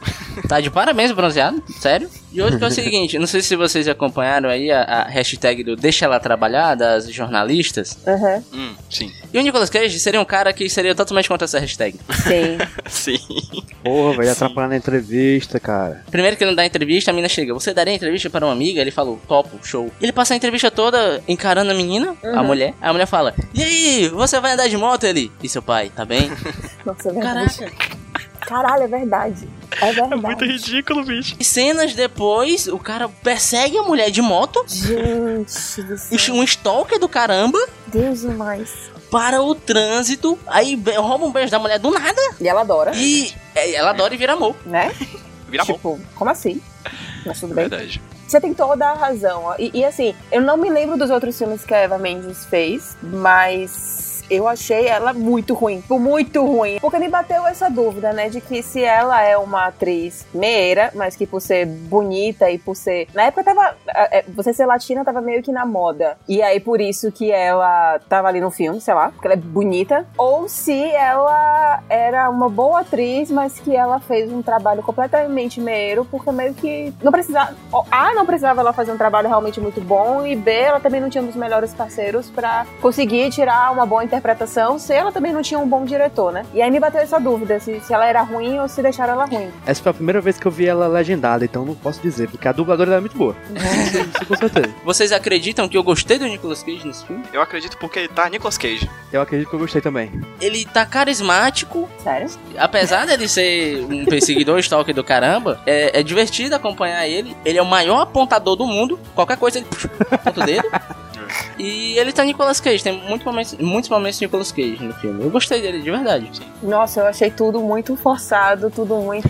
Tá de parabéns, bronzeado, sério. E outro que é o seguinte, não sei se vocês acompanharam aí a, a hashtag do Deixa Ela Trabalhar, das jornalistas.
Aham,
Hum, sim.
E o Nicolas Cage seria um cara que seria totalmente contra essa hashtag.
sim.
Sim.
Porra, velho,
Sim.
atrapalhando a entrevista, cara.
Primeiro que ele não dá entrevista, a menina chega. Você daria entrevista para uma amiga? Ele falou, topo, show. Ele passa a entrevista toda encarando a menina, a mulher. Aí a mulher fala, e aí, você vai andar de moto? Ele, e seu pai, tá bem?
Nossa, é verdade.
Caraca.
Caralho, é verdade. É verdade.
É muito ridículo, bicho.
E cenas depois, o cara persegue a mulher de moto.
Gente do céu.
Um stalker do caramba
Deus demais.
para o trânsito. Aí be- rouba um beijo da mulher do nada.
E ela adora,
E é, ela adora e vira amor.
né?
Vira bom.
tipo, como assim? Mas tudo bem.
Verdade.
Você tem toda a razão. ó. E, e, assim, eu não me lembro dos outros filmes que a Eva Mendes fez, mas eu achei ela muito ruim. Tipo, muito ruim. Porque me bateu essa dúvida, né? De que se ela é uma atriz meira, mas que por ser bonita e por ser. Na época tava. é, é, Você ser latina tava meio que na moda. E aí por isso que ela tava ali no filme, sei lá, porque ela é bonita. Ou se ela era uma boa atriz, mas que ela fez um trabalho completamente meiro, porque meio que. Não precisava. Ó, A, não precisava ela fazer um trabalho realmente muito bom, e B, ela também não tinha um dos melhores parceiros pra conseguir tirar uma boa interpretação, se ela também não tinha um bom diretor, né? E aí me bateu essa dúvida, se, se ela era ruim ou se deixaram ela ruim.
Essa foi a primeira vez que eu vi ela legendada, então não posso dizer, porque a dubladora dela é muito boa. Isso, isso com certeza.
Vocês acreditam que eu gostei do Nicolas Cage nesse filme?
Eu acredito porque ele tá Nicolas Cage.
Eu acredito que eu gostei também.
Ele tá carismático,
Sério?
Apesar dele ser um perseguidor stalker do caramba, é, é divertido acompanhar ele. Ele é o maior apontador do mundo. Qualquer coisa ele aponta o dedo. E ele tá Nicolas Cage, tem muito momentos, muitos momentos de Nicolas Cage no filme. Eu gostei dele, de verdade.
Nossa, eu achei tudo muito forçado, tudo muito.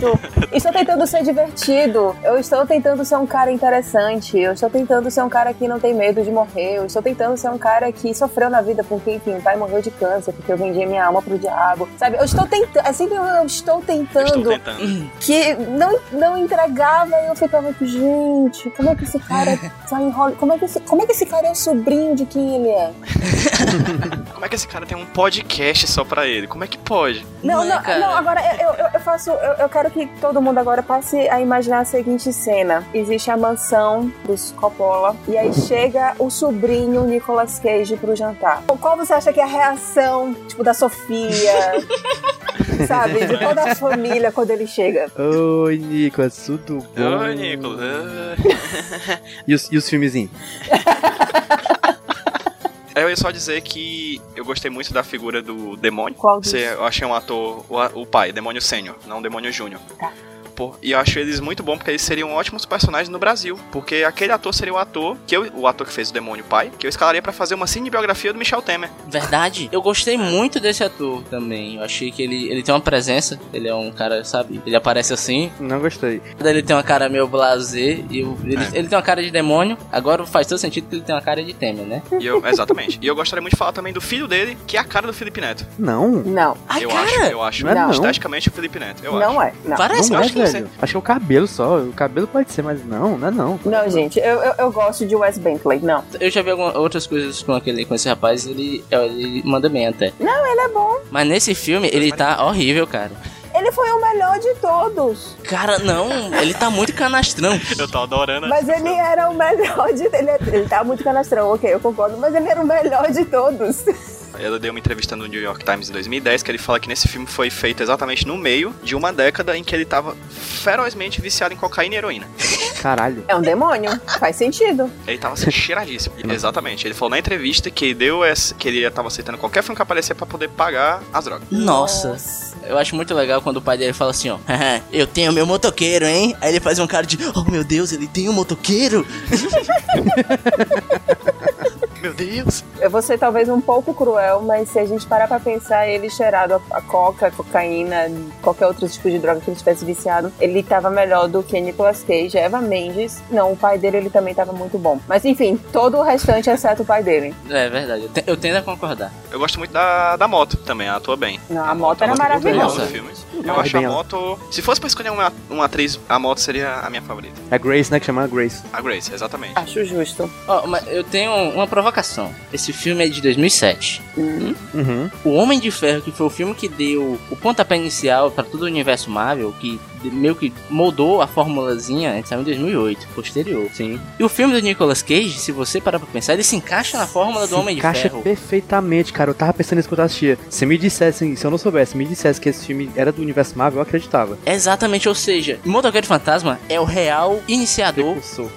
Estou tentando ser divertido. Eu estou tentando ser um cara interessante. Eu estou tentando ser um cara que não tem medo de morrer. Eu estou tentando ser um cara que sofreu na vida porque, enfim, o pai morreu de câncer, porque eu vendi minha alma pro diabo. Sabe? Eu estou tentando. É sempre um eu estou
Eu estou
tentando
tentando.
que não, não entregava e eu ficava tipo, gente, como é que esse cara tá enrolando? Como, é que esse- como é que esse cara é o sobrinho de quem ele é.
Como é que esse cara tem um podcast só pra ele? Como é que pode?
Não,
Não é,
não,
cara?
não, agora eu, eu, eu faço. Eu, eu quero que todo mundo agora passe a imaginar a seguinte cena: existe a mansão dos Coppola, e aí chega o sobrinho Nicolas Cage pro jantar. Qual você acha que é a reação, tipo, da Sofia? sabe? De toda a família quando ele chega?
Oi, Nicolas, tudo bom?
Ô, Nicolas. ah.
E os, e os filmezinhos?
Eu ia só dizer que eu gostei muito da figura do demônio.
Qual dos?
Você, eu achei um ator, o, a- o pai, demônio sênior, não demônio júnior.
Tá.
Pô, E eu acho eles muito bom porque eles seriam ótimos personagens no Brasil. Porque aquele ator seria o ator, que eu, o ator que fez o Demônio Pai, que eu escalaria pra fazer uma cinebiografia do Michel Temer.
Verdade. Eu gostei muito desse ator também. Eu achei que ele, ele tem uma presença. Ele é um cara, sabe? Ele aparece assim.
Não gostei.
Daí Ele tem uma cara meio blasé. E o- ele,
É.
ele tem uma cara de demônio. Agora faz todo sentido que ele tem uma cara de Temer, né?
E eu, exatamente. E eu gostaria muito de falar também do filho dele, que é a cara do Felipe Neto.
Não,
Não,
Ai,
eu acho,
cara!
eu acho
Não é não.
esteticamente o Felipe Neto. Eu acho.
não é. Não.
Parece.
não
eu
é,
acho que não
velho. Acho que é o cabelo só. O cabelo pode ser, mas não, não é não.
Não, gente, eu, eu, eu gosto de Wes Bentley, não.
Eu já vi algumas outras coisas com, aquele, com esse rapaz. Ele, ele manda bem até.
Não, ele é bom.
Mas nesse filme, ele tá horrível, cara.
Ele foi o melhor de todos.
Cara, não. Ele tá muito canastrão.
Eu tô adorando.
Mas ele era o melhor de. Ele, ele tá muito canastrão, ok, eu concordo, mas ele era o melhor de todos.
Ela deu uma entrevista no New York Times em 2010 que ele fala que nesse filme foi feito exatamente no meio de uma década em que ele tava ferozmente viciado em cocaína e heroína.
Caralho.
É um demônio, faz sentido.
Ele tava assim, cheiradíssimo. Exatamente. Ele falou na entrevista que deu essa, que ele tava aceitando qualquer filme que aparecia pra poder pagar as drogas.
Nossa. Eu acho muito legal quando o pai dele fala assim, ó. "Haha, Eu tenho meu motoqueiro, hein? Aí ele faz um cara de, oh meu Deus, ele tem um motoqueiro?
Meu Deus!
Eu vou ser talvez um pouco cruel, mas se a gente parar pra pensar, ele cheirado a, a coca, cocaína, qualquer outro tipo de droga que ele tivesse viciado, ele tava melhor do que Nicolas Cage, Eva Mendes. Não, o pai dele ele também tava muito bom. Mas enfim, todo o restante, exceto o pai dele.
É verdade, eu, te- eu tendo a concordar.
Eu gosto muito da, da moto também, ela atua bem.
Não, a moto era
Ela atua
maravilhosa.
muito bem no filme.
é
Eu acho a moto. Se fosse pra escolher uma, uma atriz, a moto seria a minha favorita.
É Grace, né? Que chama Grace.
A Grace, exatamente.
Acho justo.
Ó, mas eu tenho uma provocação. Esse filme é de 2007.
Uhum.
O Homem de Ferro, que foi o filme que deu o pontapé inicial pra todo o universo Marvel, que de- meio que moldou a formulazinha, ele saiu em 2008, posterior.
Sim.
E o filme do Nicolas Cage, se você parar pra pensar, ele se encaixa na fórmula do Homem de
Encaixa
Ferro.
perfeitamente, cara. Eu tava pensando isso quando eu assistia. Se me dissessem, se eu não soubesse, me dissesse que esse filme era do universo Marvel, eu acreditava.
Exatamente, ou seja, Motoqueiro Fantasma é o real iniciador
Precursor.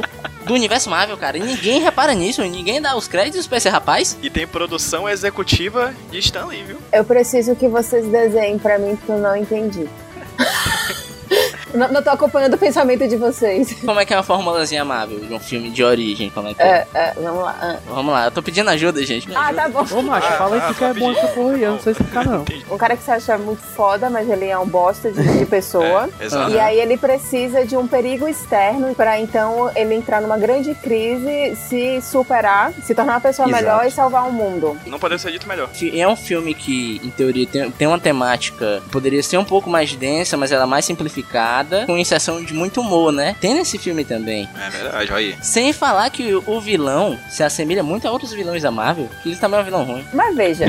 percursor do universo Marvel, cara. E ninguém repara nisso, ninguém dá os créditos pra esse rapaz.
E tem produção executiva de Stan Lee, viu?
Eu preciso que vocês desenhem pra mim, porque eu não entendi. não, não tô acompanhando o pensamento de vocês.
Como é que é uma formulazinha Marvel de um filme de origem? Como é que é?
É, é, vamos lá. Ah.
Vamos lá, eu tô pedindo ajuda, gente. Me
Ah,
ajuda.
tá bom.
Ô, macho,
Ah,
fala aí
ah,
que tu é bom
rapidinho.
essa porra aí. Eu não sei explicar, não.
Um cara que se acha muito foda, mas ele é um bosta de, de pessoa.
É, exato.
E aí ele precisa de um perigo externo pra então ele entrar numa grande crise, se superar, se tornar uma pessoa
Exato.
melhor e salvar o mundo.
Não poderia ser dito melhor.
Fi- É um filme que, em teoria, tem, tem uma temática. Poderia ser um pouco mais densa, mas ela é mais simplificada. Com inserção de muito humor, né? Tem nesse filme também.
É verdade, olha aí.
Sem falar que o, o vilão se assemelha muito a outros vilões da Marvel. Que ele também é um vilão ruim.
Mas veja,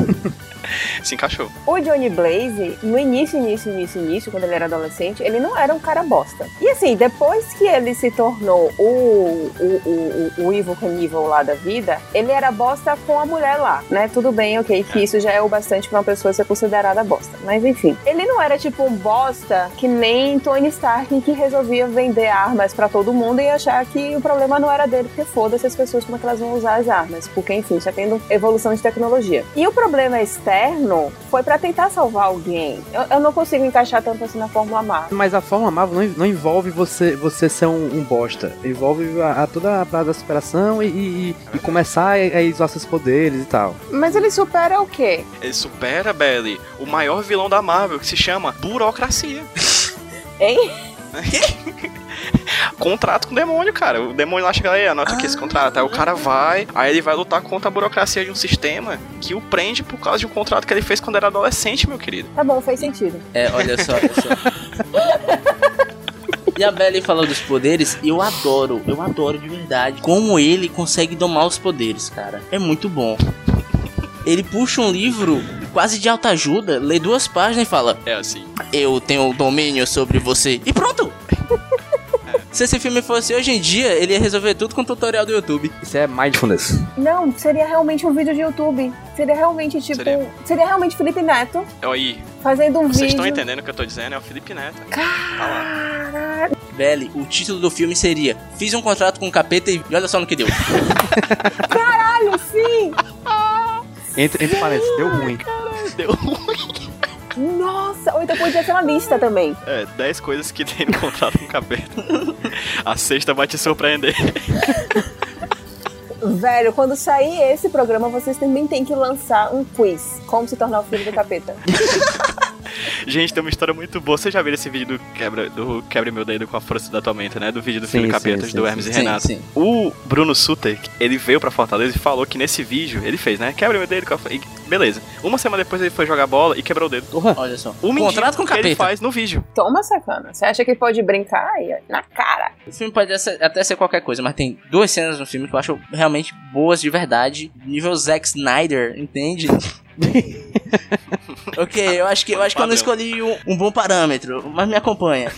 Se encaixou.
o Johnny Blaze, no início, início, início, início, quando ele era adolescente, ele não era um cara bosta. E assim, depois que ele se tornou o, o, o, o, o Evil Canível lá da vida, ele era bosta com a mulher lá, né? Tudo bem, ok, que isso já é o bastante pra uma pessoa ser considerada bosta. Mas enfim, ele não era tipo um bosta que nem Tony Stark que resolvia vender armas pra todo mundo e achar que o problema não era dele, porque foda-se as pessoas como é que elas vão usar as armas, porque enfim, já tendo evolução de tecnologia. E o problema externo foi pra tentar salvar alguém. Eu, eu não consigo encaixar tanto assim na Fórmula Mar.
Mas a forma Marvel não, não envolve você, você ser um, um bosta. Envolve a, a toda a parada da superação e, e- e- e começar a, a usar seus poderes e tal.
Mas ele supera o quê?
Ele supera, Belly, o maior vilão da Marvel, que se chama burocracia.
Hein?
Contrato com o demônio, cara. O demônio lá chega lá e anota
Ah.
aqui esse contrato. Aí o cara vai, aí ele vai lutar contra a burocracia de um sistema que o prende por causa de um contrato que ele fez quando era adolescente, meu querido.
Tá bom, fez sentido.
É, olha só, olha só. E E a Belly falou dos poderes, eu adoro, eu adoro de verdade. Como ele consegue domar os poderes, cara. É muito bom. Ele puxa um livro quase de alta ajuda, lê duas páginas e fala:
É assim.
Eu tenho um domínio sobre você. E pronto! Se esse filme fosse hoje em dia, ele ia resolver tudo com tutorial do YouTube.
Isso é mindfulness.
Não, seria realmente um vídeo de YouTube. Seria realmente, tipo.
Seria.
Seria, realmente Felipe Neto
Então Aí,
fazendo um
vocês
vídeo.
estão entendendo o que eu tô dizendo? É o Felipe Neto. Tá lá.
Belly, o título do filme seria: Fiz um contrato com o capeta e olha só no que deu.
Caralho, sim!
Entre, entre parênteses, deu ruim.
Nossa! Ou então podia ser uma lista também.
É, 10 coisas que tem no contrato com o cabelo. A sexta vai te surpreender.
Velho, quando sair esse programa, vocês também têm que lançar um quiz. Como se tornar o filho do capeta.
Gente, tem uma história muito boa. Vocês já viram esse vídeo do Quebra, do quebra Meu Dedo com a Força da Tua Mente, né? Do vídeo do
Sim,
filme
sim,
Capetas
sim,
do
sim.
Hermes
Sim,
e é Renato.
sim.
O Bruno Suter, ele veio pra Fortaleza e falou que nesse vídeo, ele fez, né? Quebra meu dedo com a Força. Beleza. Uma semana depois ele foi jogar bola e quebrou o dedo.
Porra.
Olha só.
O mendigo
contrato com o
que ele
capeta.
faz no vídeo.
Toma sacana. Você acha que pode brincar aí, ó, na cara?
O filme pode ser- até ser qualquer coisa, mas tem duas cenas no filme que eu acho realmente boas de verdade. Nível Zack Snyder, entende? ok, eu acho que eu acho que eu não escolhi um, um bom parâmetro, mas me acompanha.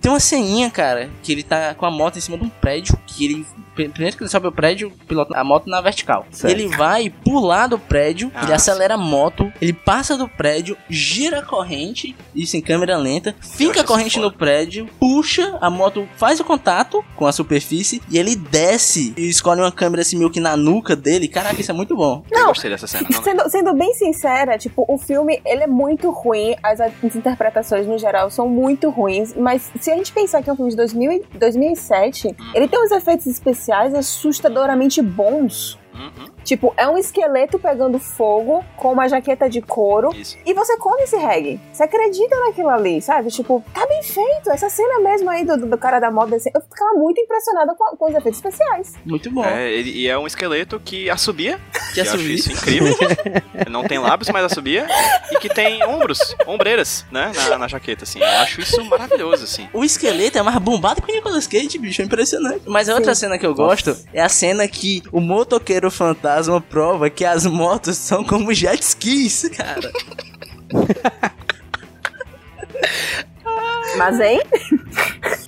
Tem uma ceninha, cara, que ele tá com a moto em cima de um prédio, que ele. pri- Primeiro que ele sobe o prédio, pilota a moto na vertical.
Certo.
Ele vai pular do prédio, ele
Ah,
acelera a moto, ele passa do prédio, gira a corrente, isso em câmera lenta,
acho
finca a
isso
corrente
foda.
no prédio, puxa, a moto faz o contato com a superfície e ele desce e escolhe uma câmera assim meio que na nuca dele. Caraca, isso é muito bom.
Eu gostei dessa cena. Não,
Sendo, sendo bem sincera, tipo, o filme, ele é muito ruim, as, as interpretações no geral são muito ruins, mas se a gente pensar que é um filme de 2000, e- 2007,
Hum.
ele tem uns efeitos especiais assustadoramente bons.
Uhum,
Tipo, é um esqueleto pegando fogo com uma jaqueta de couro.
Isso.
E você come esse reggae. Você acredita naquilo ali, sabe? Tipo, tá bem feito. Essa cena mesmo aí do, do- do cara da moda, assim, eu ficava muito impressionada com, com os efeitos especiais.
Muito bom.
É, ele- e é um esqueleto que assobia.
Que
eu acho
assumir.
isso incrível. não tem lábios, mas assobia. E que tem ombros, ombreiras, né? Na, na jaqueta, assim. Eu acho isso maravilhoso, assim.
O esqueleto é mais bombado que o Nicolas Cage, bicho. É impressionante. Mas a outra cena que eu gosto é a cena que o motoqueiro fantasma prova que as motos são como jet skis, cara.
Mas, hein?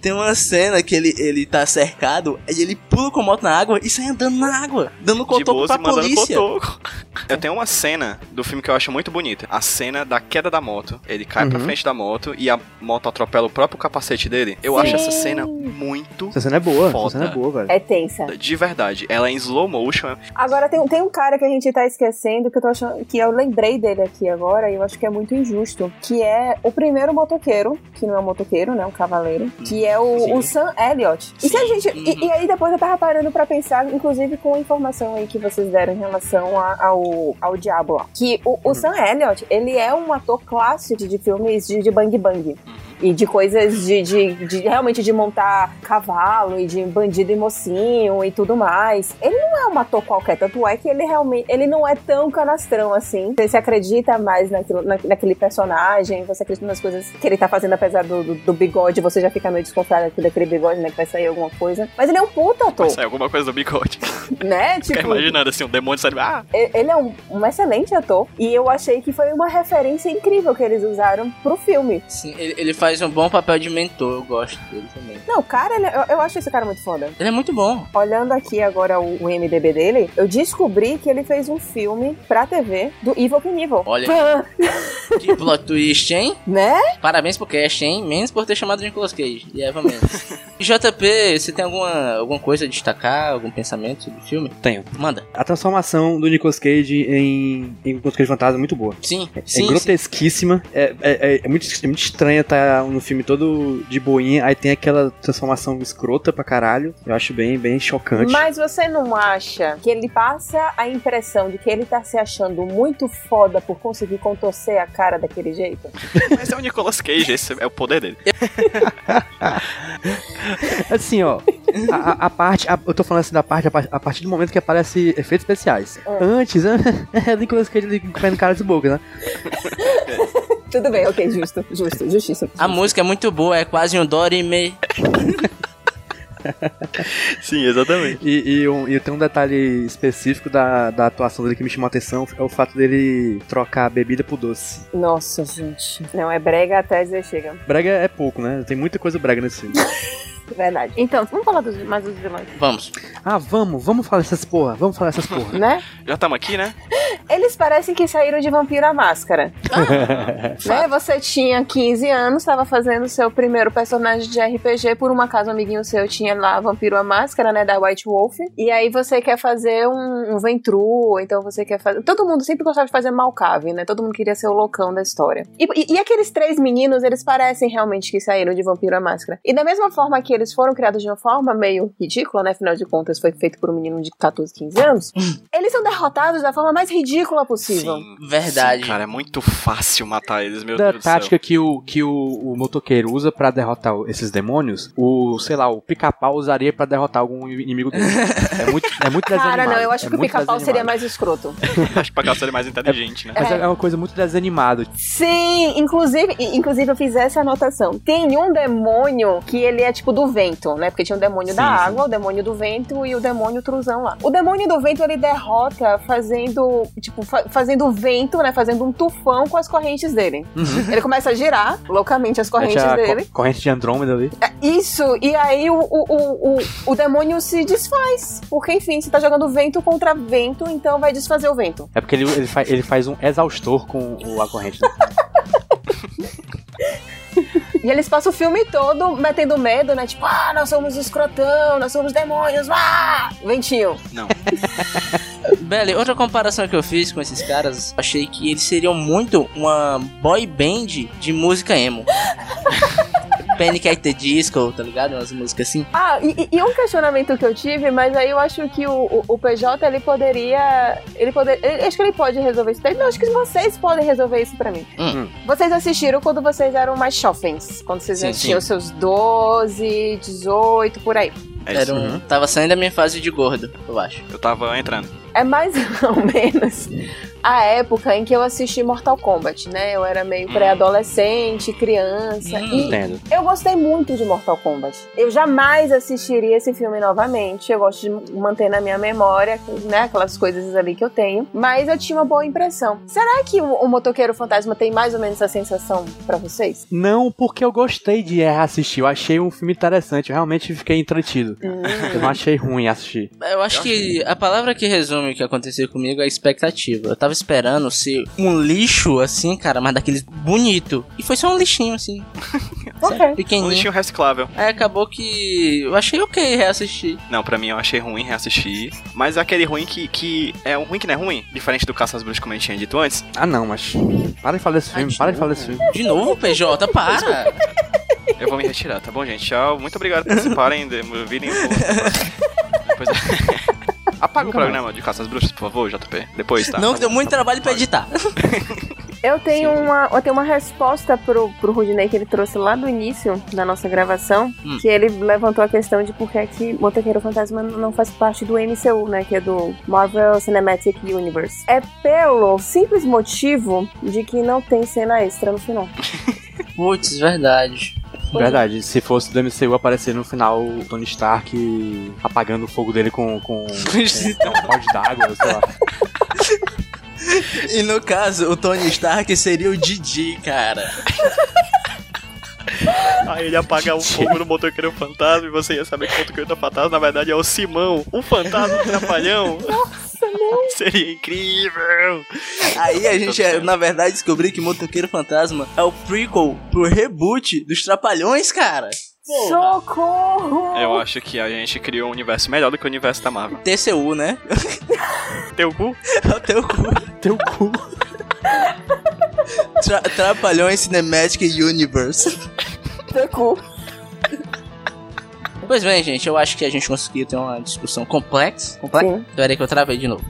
Tem uma cena que ele, ele tá cercado e ele pula com a moto na água e sai andando na água, dando
de
cotoco
Bozo
pra
e mandando
polícia.
cotoco. Eu tenho uma cena do filme que eu acho muito bonita. A cena da queda da moto. Ele cai pra
Uhum.
frente da moto e a moto atropela o próprio capacete dele. Eu acho essa cena muito.
Essa cena é boa.
Foda.
Essa cena é boa, velho.
É tensa.
De verdade, ela é em slow motion.
Agora tem, tem um cara que a gente tá esquecendo, que eu tô achando. que eu lembrei dele aqui agora, e eu acho que é muito injusto. Que é o primeiro motoqueiro, que não é um motoqueiro, né? Um cavaleiro, que é
Sim.
o, o Sam Elliott. E se a gente. E, e aí depois eu tava parando pra pensar, inclusive com a informação aí que vocês deram em relação a- ao, ao Diablo. lá. Que o, o Sam Elliott, ele é um ator clássico de filmes de, de Bang Bang. E de coisas de, de, de- realmente de montar cavalo e de bandido e mocinho e tudo mais. Ele não é um ator qualquer, tanto é que ele realmente ele não é tão canastrão assim. Você se acredita mais naquilo, na- naquele personagem, você acredita nas coisas que ele tá fazendo, apesar do, do, do bigode, você já fica meio desconfiado aqui daquele bigode, né? Que vai sair alguma coisa. Mas ele é um puta ator,
Vai sair alguma coisa do bigode.
né?
Fica
Tipo,
imaginando assim, um demônio saindo. Ah!
e- ele é um, um excelente ator. E eu achei que foi uma referência incrível que eles usaram pro filme.
Sim, ele, ele faz um bom papel de mentor, eu gosto dele também.
Não, o cara, ele- eu, eu acho esse cara muito foda.
Ele é muito bom.
Olhando aqui agora o, o MDB dele, eu descobri que ele fez um filme pra TV do Evil Knievel.
Olha.
Pã,
Que plot twist, hein?
Né?
Parabéns pro cast, hein? Menos por ter chamado Nicolas Cage e Eva Mendes. JP, você tem alguma, alguma coisa a destacar? Algum pensamento sobre o filme?
Tenho.
Manda.
A transformação do Nicolas Cage em, em Nicolas Cage Fantasma é muito boa.
Sim,
é
sim. sim.
grotesquíssima. É, é, é- é muito, é muito estranha tá no filme todo de boinha. Aí tem aquela transformação escrota pra caralho. Eu acho bem, bem chocante.
Mas você não acha que ele passa a impressão de que ele tá se achando muito foda por conseguir contorcer a cara daquele jeito?
Mas é o Nicolas Cage, esse é o poder dele.
Assim, ó. A, a- a parte. a- eu tô falando assim da parte. A, par- a partir do momento que aparece efeitos Ah. especiais. Antes, é Nicolas Cage com o pé no cara de boca, né?
Tudo bem, ok, justo, justo, justíssimo.
A música é muito boa, é quase um Dorime.
Sim, exatamente.
E, e, um- e tem um detalhe específico da, da atuação dele que me chamou a atenção, é o fato dele trocar a bebida por doce.
Nossa, gente. Não, é brega até dizer chega.
Brega é pouco, né? Tem muita coisa brega nesse filme.
Verdade. Então, vamos falar dos, mais dos vilões,
Vamos.
ah, vamos, vamos falar essas porra, vamos falar essas porra.
né?
Já estamos aqui, né?
Eles parecem que saíram de Vampiro à Máscara. né? Você tinha 15 anos, estava fazendo seu primeiro personagem de RPG, por um acaso um amiguinho seu tinha lá Vampiro à Máscara, né, da White Wolf. E aí você quer fazer um, um Ventru, ou então você quer fazer... Todo mundo sempre gostava de fazer Malcave, né? Todo mundo queria ser o loucão da história. E, e- e aqueles três meninos, eles parecem realmente que saíram de Vampiro à Máscara. E da mesma forma que eles foram criados de uma forma meio ridícula, né? Afinal de contas, foi feito por um menino de 14, 15 anos. eles são derrotados da forma mais ridícula possível.
Verdade.
Sim, cara, é muito fácil matar eles, meu
da
Deus
tática que o, que o, o motoqueiro usa pra derrotar o- esses demônios, o, sei lá, o pica-pau usaria pra derrotar algum inimigo dele. é muito, é muito
Cara,
desanimado,
não, eu acho
é
que o
muito
pica-pau seria
desanimado.
mais escroto.
do céu. Acho que pra caçar ele mais inteligente, né?
Mas é. uma coisa muito desanimada. tipo,
Sim, inclusive, i- inclusive eu fiz essa anotação. Tem um demônio que ele é tipo do vento, né? Porque tinha o demônio da água, o demônio do vento e o demônio truzão lá. O demônio do vento ele derrota fazendo, tipo, fa- fazendo vento, né? Fazendo um tufão com as correntes dele. Ele começa a girar loucamente as correntes
Deixa Uhum. a
dele.
co- corrente de Andrômeda ali.
Isso, e aí o, o, o, o, o demônio se desfaz. Porque, enfim, você tá jogando vento contra vento, então vai desfazer o vento.
É porque ele, ele, fa- ele faz um exaustor com o- a corrente. né?
E eles passam o filme todo metendo medo, né? Tipo, ah, nós somos escrotão, nós somos demônios, ah! Ventinho.
Não.
Belly, outra comparação que eu fiz com esses caras, achei que eles seriam muito uma boy band de música emo. Panic at the Disco, tá ligado? Umas músicas assim.
Ah, e, e- e um questionamento que eu tive, mas aí eu acho que o, o, o PJ, ele poderia... Ele poder, ele- acho que ele pode resolver isso. pra ele. Não, acho que vocês podem resolver isso pra mim.
Hum.
Vocês assistiram quando vocês eram mais jovens. Quando vocês
Sim,
tinham seus 12, 18, por aí.
É
Era
isso.
um, tava saindo da minha fase de gordo, eu acho.
Eu tava entrando.
É mais ou menos a época em que eu assisti Mortal Kombat, né? Eu era meio pré-adolescente, criança.
Hum.
E
Entendo.
Eu gostei muito de Mortal Kombat. Eu jamais assistiria esse filme novamente. Eu gosto de manter na minha memória, né, aquelas coisas ali que eu tenho. Mas eu tinha uma boa impressão. Será que o, o Motoqueiro Fantasma tem mais ou menos essa sensação pra vocês?
Não, porque eu gostei de assistir. Eu achei um filme interessante. Eu realmente fiquei entretido. Eu não achei ruim assistir.
Eu acho que a palavra que resume o que aconteceu comigo é expectativa. Eu tava esperando ser um lixo assim, cara, mas daqueles bonito. E foi só um lixinho assim,
Ok.
Um
pequenininho.
lixinho reciclável.
Aí acabou que eu achei ok reassistir.
Não, pra mim eu achei ruim reassistir. Mas é aquele ruim que, que é um ruim que não é ruim. Diferente do Caça às Bruxas, como a gente tinha dito antes.
Ah, não, mas. Para de falar desse filme, para de falar desse filme.
De novo, PJ, para!
Eu vou me retirar, tá bom, gente? Tchau. Muito obrigado por participarem. de- Virem o- Depois... Apaga o programa de Caça às Bruxas, por favor, JP. Depois, tá?
Não, que deu muito trabalho pra editar.
Eu tenho uma, eu tenho uma resposta pro, pro Rudinei que ele trouxe lá do início da nossa gravação,
Hum.
que ele levantou a questão de por que é que Motoqueiro Fantasma não faz parte do MCU, né, que é do Marvel Cinematic Universe. É pelo simples motivo de que não tem cena extra no final.
Putz, verdade.
Verdade, se fosse do MCU aparecer no final o Tony Stark apagando o fogo dele com, com,
É.
com um balde d'água, sei lá.
E no caso, o Tony Stark seria o Didi, cara.
Aí ele apaga o fogo no motoqueiro fantasma e você ia saber que o motoqueiro fantasma, na verdade, é o Simão, o fantasma do trapalhão. Nossa, não. Seria incrível.
Aí a gente, eh, na verdade, descobriu que Motoqueiro Fantasma é o prequel pro reboot dos Trapalhões, cara.
Socorro!
Eu acho que a gente criou um universo melhor do que o universo da Marvel.
TCU, né?
Teu cu?
É o teu cu.
Teu cu.
Tra- Trapalhões Cinematic Universe.
Socorro.
Pois bem, gente, eu acho que a gente conseguiu ter uma discussão complexa. Complexa?
Sim.
Peraí que eu travei de novo.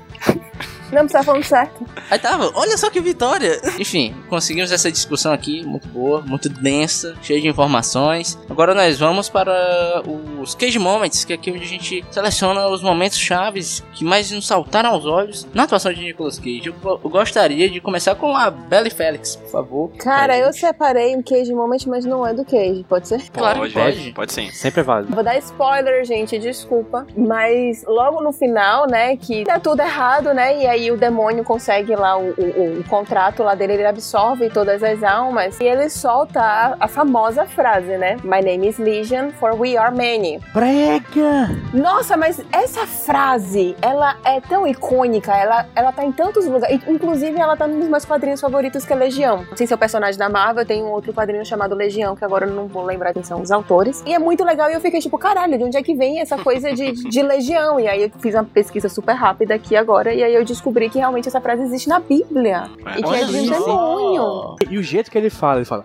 Não precisa um falando certo.
Aí tava, olha só que vitória! Enfim, conseguimos essa discussão aqui, muito boa, muito densa, cheia de informações. Agora nós vamos para os Cage Moments, que é aqui onde a gente seleciona os momentos chaves que mais nos saltaram aos olhos na atuação de Nicolas Cage. Eu, go- eu gostaria de começar com a Belle Félix, por favor.
Cara,
Pra
eu
gente.
separei um queijo moment, mas não é do queijo, pode ser?
Claro que
pode,
pode.
pode sim.
Sempre é válido.
Vou dar spoiler, gente, desculpa. Mas logo no final, né, que dá tudo errado, né? E aí o demônio consegue lá o, o- o contrato lá dele, ele absorve todas as almas. E ele solta a, a famosa frase, né? My name is Legion, for we are many.
Brega!
Nossa, mas essa frase, ela é tão icônica, ela, ela tá em tantos lugares. In- Inclusive, ela tá nos meus quadrinhos favoritos, que é Legião. Sem ser o personagem da Marvel, tem um outro quadrinho chamado Legião, que agora eu não vou lembrar quem são os autores. E é muito legal, e eu fiquei tipo, caralho, de onde é que vem essa coisa de, de Legião? E aí eu fiz uma pesquisa super rápida aqui agora, e aí eu descobri que realmente essa frase existe na Bíblia. E que é
Olha
de um
só.
demônio.
E, e o jeito que ele fala, ele fala.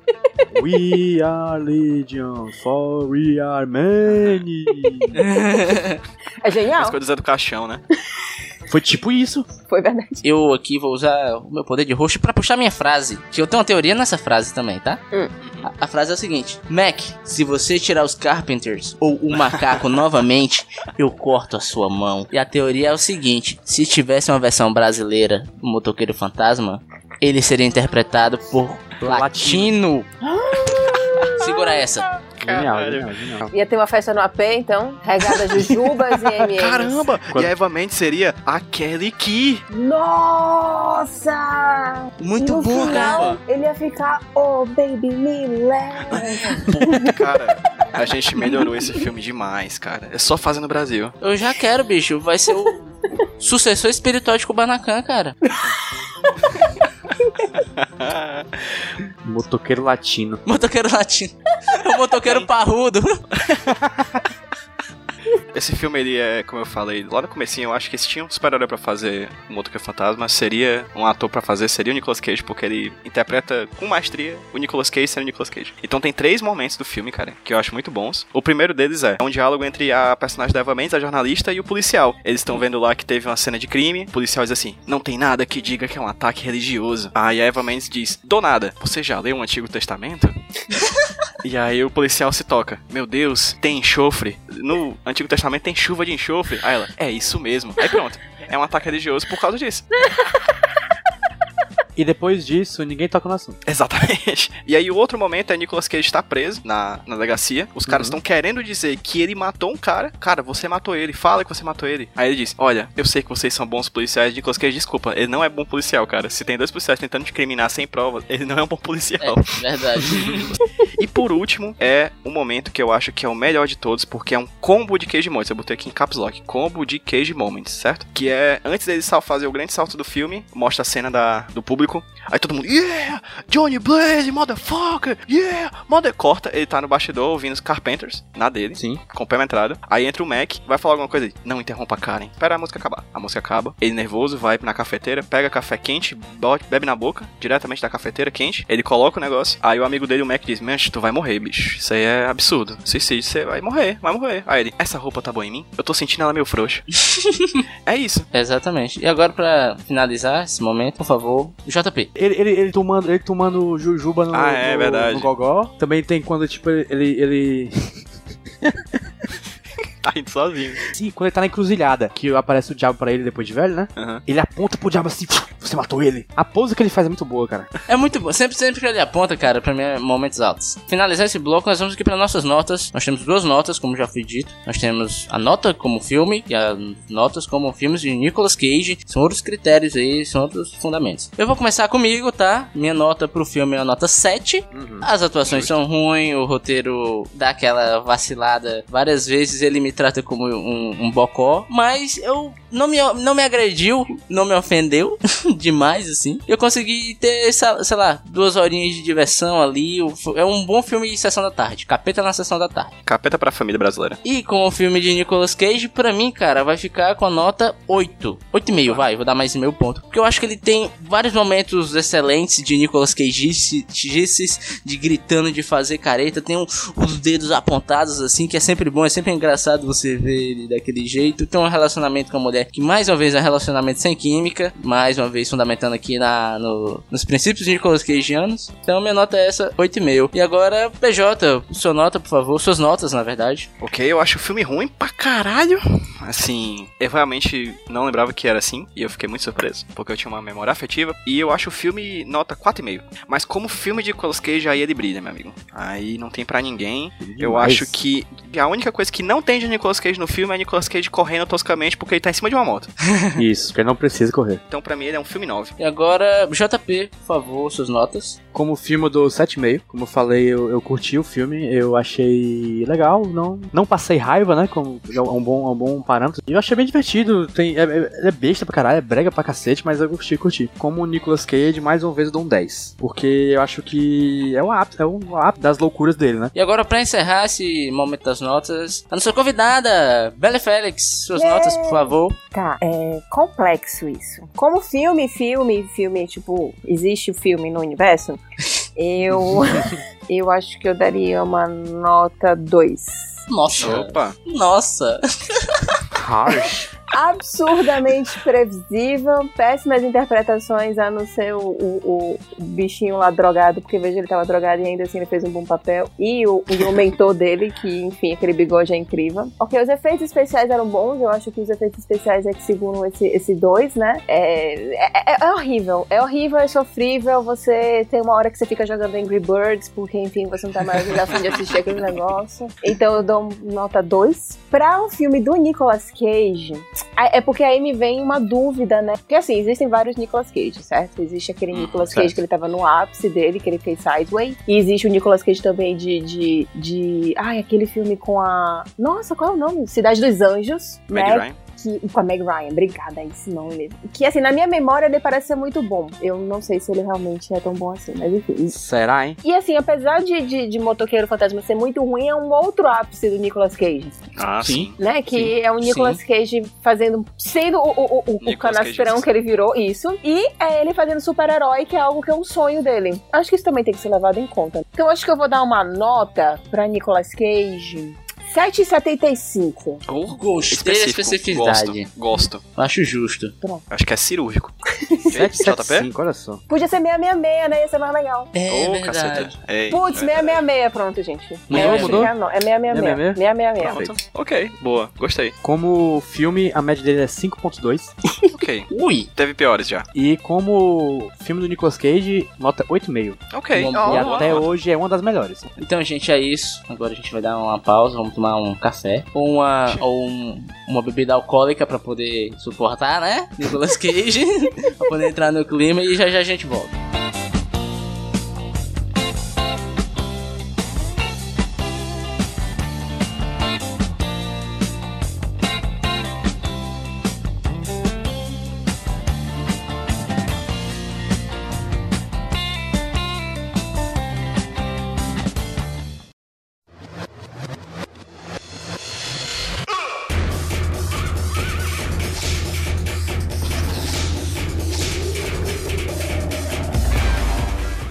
We are Legion, for we are many.
É
As
genial.
coisas é do caixão, né?
Foi tipo isso.
Foi verdade.
Eu aqui vou usar o meu poder de roxo pra puxar minha frase, que eu tenho uma teoria nessa frase também, tá?
Hum.
A, a frase é o seguinte: Mac, se você tirar os Carpenters ou o macaco novamente, eu corto a sua mão. E a teoria é o seguinte: se tivesse uma versão brasileira do Motoqueiro Fantasma, ele seria interpretado por latino. Segura essa.
Genial,
Caralho.
genial, genial.
Ia ter uma festa no AP, então, regada de jubas e M&M's.
Caramba!
Quando-
E a Eva Mendes seria a Kelly Key.
Nossa!
Muito
no
bom, cara.
final, ele ia ficar, oh baby, me leva.
Cara, a gente melhorou esse filme demais, cara. É só fazer no Brasil.
Eu já quero, bicho. Vai ser o sucessor espiritual de Kubanacan, cara.
Motoqueiro latino.
Motoqueiro latino. O motoqueiro parrudo.
Esse filme, ele é, como eu falei, lá no comecinho, eu acho que se tinha um super-herói pra fazer o Motoqueiro Fantasma, seria um ator pra fazer, seria o Nicolas Cage, porque ele interpreta com maestria o Nicolas Cage sendo o Nicolas Cage. Então tem três momentos do filme, cara, que eu acho muito bons. O primeiro deles é um diálogo entre a personagem da Eva Mendes, a jornalista, e o policial. Eles estão vendo lá que teve uma cena de crime, o policial diz assim, não tem nada que diga que é um ataque religioso. Aí a Eva Mendes diz, do nada, você já leu o Antigo Testamento? E aí o policial se toca. Meu Deus, tem enxofre. No Antigo Testamento tem chuva de enxofre. Aí ela, é isso mesmo. Aí pronto. É um ataque religioso por causa disso.
E depois disso, ninguém toca no assunto.
Exatamente. E aí o outro momento é Nicolas Cage tá preso na, na delegacia. Os caras estão querendo dizer que ele matou um cara. Cara, você matou ele. Fala que você matou ele. Aí ele diz, olha, eu sei que vocês são bons policiais. Nicolas Cage, desculpa, ele não é bom policial, cara. Se tem dois policiais tentando te criminar sem provas, ele não é um bom policial.
É, verdade.
E por último, é um momento que eu acho que é o melhor de todos, porque é um combo de Cage Moments. Eu botei aqui em caps lock, combo de Cage Moments, certo? Que é, antes dele sal- fazer o grande salto do filme, mostra a cena da, do público, aí todo mundo, yeah, Johnny Blaze, motherfucker, yeah, mother... Corta, ele tá no bastidor ouvindo os Carpenters, na dele,
Sim.
com o pé na entrada. Aí entra o Mac, vai falar alguma coisa, ele, não interrompa a Karen, espera a música acabar. A música acaba, ele nervoso, vai na cafeteira, pega café quente, bote- bebe na boca, diretamente da cafeteira quente, ele coloca o negócio, aí o amigo dele, o Mac, diz, Manch, tu vai morrer, bicho, isso aí é absurdo, suicídio, você vai morrer, vai morrer. Aí ele, essa roupa tá boa em mim? Eu tô sentindo ela meio frouxa. é isso.
Exatamente. E agora, pra finalizar esse momento, por favor, JP.
Ele, ele, ele, tomando, ele tomando jujuba no,
Ah, é
no-
verdade.
no gogó. Também tem quando, tipo, ele... ele...
Tá indo sozinho.
Sim, quando ele tá na encruzilhada, que aparece o diabo pra ele depois de velho, né?
Aham.
Ele aponta pro diabo assim, você matou ele. A pose que ele faz é muito boa, cara.
É muito bom. Sempre, sempre que ele aponta, cara, pra mim é momentos altos. Finalizar esse bloco, nós vamos aqui pra nossas notas. Nós temos duas notas, como já foi dito. Nós temos a nota como filme e as notas como filmes de Nicolas Cage. São outros critérios aí, são outros fundamentos. Eu vou começar comigo, tá? Minha nota pro filme é a nota 7. As atuações são ruins, o roteiro dá aquela vacilada. Várias vezes ele me trata como um, um bocó, mas eu não me, não me agrediu, não me ofendeu. demais, assim. Eu consegui ter, sa- sei lá, duas horinhas de diversão ali. O f- É um bom filme de sessão da tarde. Capeta na sessão da tarde.
Capeta pra família brasileira.
E com o filme de Nicolas Cage, pra mim, cara, vai ficar com a nota 8. 8,5, vai, vou dar mais meio ponto. Porque eu acho que ele tem vários momentos excelentes de Nicolas Cage de gritando, de fazer careta. Tem um- os dedos apontados, assim, que é sempre bom, é sempre engraçado você ver ele daquele jeito. Tem um relacionamento com a mulher que, mais uma vez, é um relacionamento sem química. Mais uma vez, fundamentando aqui na, no- nos princípios de Nicolas Cageanos. Então, minha nota é essa, 8,5. E agora, PJ, sua nota, por favor. Suas notas, na verdade.
Ok, eu acho o filme ruim pra caralho. Assim, eu realmente não lembrava que era assim, e eu fiquei muito surpreso, porque eu tinha uma memória afetiva, e eu acho o filme nota 4,5. Mas como filme de Nicolas Cage, aí ele brilha, meu amigo. Aí não tem pra ninguém. Eu
Mas-
acho que a única coisa que não tem de Nicolas Cage no filme é Nicolas Cage correndo toscamente porque ele tá em cima de uma moto.
Isso, porque não precisa correr.
Então pra mim ele é um filme 9.
E agora, JP, por favor, suas notas.
Como filme do 7,5, como eu falei, eu, eu curti o filme, eu achei legal, não, não passei raiva, né? Como é um bom, é um bom parâmetro. E eu achei bem divertido, tem, é, é- é besta pra caralho, é brega pra cacete, mas eu curti, curti. Como o Nicolas Cage, mais uma vez eu dou um 10. Porque eu acho que é o ápice, é o ápice das loucuras dele, né?
E agora, pra encerrar esse momento das notas, a nossa convidada, Belle Félix, suas
Yay!
notas, por favor.
Tá, é complexo isso. Como filme, filme, filme, tipo, existe o filme no universo, eu eu acho que eu daria uma nota 2.
Nossa,
Opa!
nossa.
Harsh.
Absurdamente previsível, péssimas interpretações, a não ser o, o- o bichinho lá drogado, porque veja, ele tava drogado e ainda assim ele fez um bom papel. E o, e o mentor dele, que enfim, aquele bigode é incrível. Ok, os efeitos especiais eram bons, eu acho que os efeitos especiais é que seguram esse, esse dois, né? É, é- é- é horrível, é horrível, é sofrível. Você tem uma hora que você fica jogando Angry Birds, porque enfim, você não tá mais afim de assistir aquele negócio. Então eu dou nota 2. Pra um filme do Nicolas Cage, ah, É porque aí me vem uma dúvida, né? Porque assim, existem vários Nicolas Cage, certo? Existe aquele
Hum,
Nicolas
certo.
Cage que ele tava no ápice dele, que ele fez Sideways. E existe o Nicolas Cage também de, de, de. Ai, aquele filme com a. Nossa, qual é o nome? Cidade dos Anjos.
Meg
né?
Ryan.
que, com a Meg Ryan, obrigada, é esse nome. Que assim, na minha memória ele parece ser muito bom. Eu não sei se ele realmente é tão bom assim, mas enfim.
Será, hein?
E assim, apesar de, de, de Motoqueiro Fantasma ser muito ruim, é um outro ápice do Nicolas Cage
Ah, sim.
né? Que
Sim,
é o Nicolas Cage fazendo. sendo o, o, o- o,
Nicolas
canastrão
Cage.
que ele virou, isso. E é ele fazendo super-herói, que é algo que é um sonho dele. Acho que isso também tem que ser levado em conta. Então acho que eu vou dar uma nota pra Nicolas Cage. 7,75.
Oh,
Gostei da especificidade.
Gosto, gosto.
Acho justo.
Acho que é cirúrgico. JP?
775, olha só.
Podia ser 666, né? Ia ser mais legal.
É
Ô,
verdade.
caceta. Ei,
Putz,
é verdade.
666, pronto, gente.
Mudou,
é,
mudou?
É 666.
666?
666.
Pronto. Ok, boa. Gostei.
Como filme, a média dele é 5.2.
Ok.
Ui,
Teve piores já.
E como filme do Nicolas Cage, nota 8,5.
Ok.
Bom,
ó,
e
ó,
até
ó.
hoje é uma das melhores.
então gente, é isso. Agora a gente vai dar uma pausa, vamos tomar um café ou uma, ou um- uma bebida alcoólica pra poder suportar, né? Nicolas Cage, pra poder entrar no clima e já já a gente volta.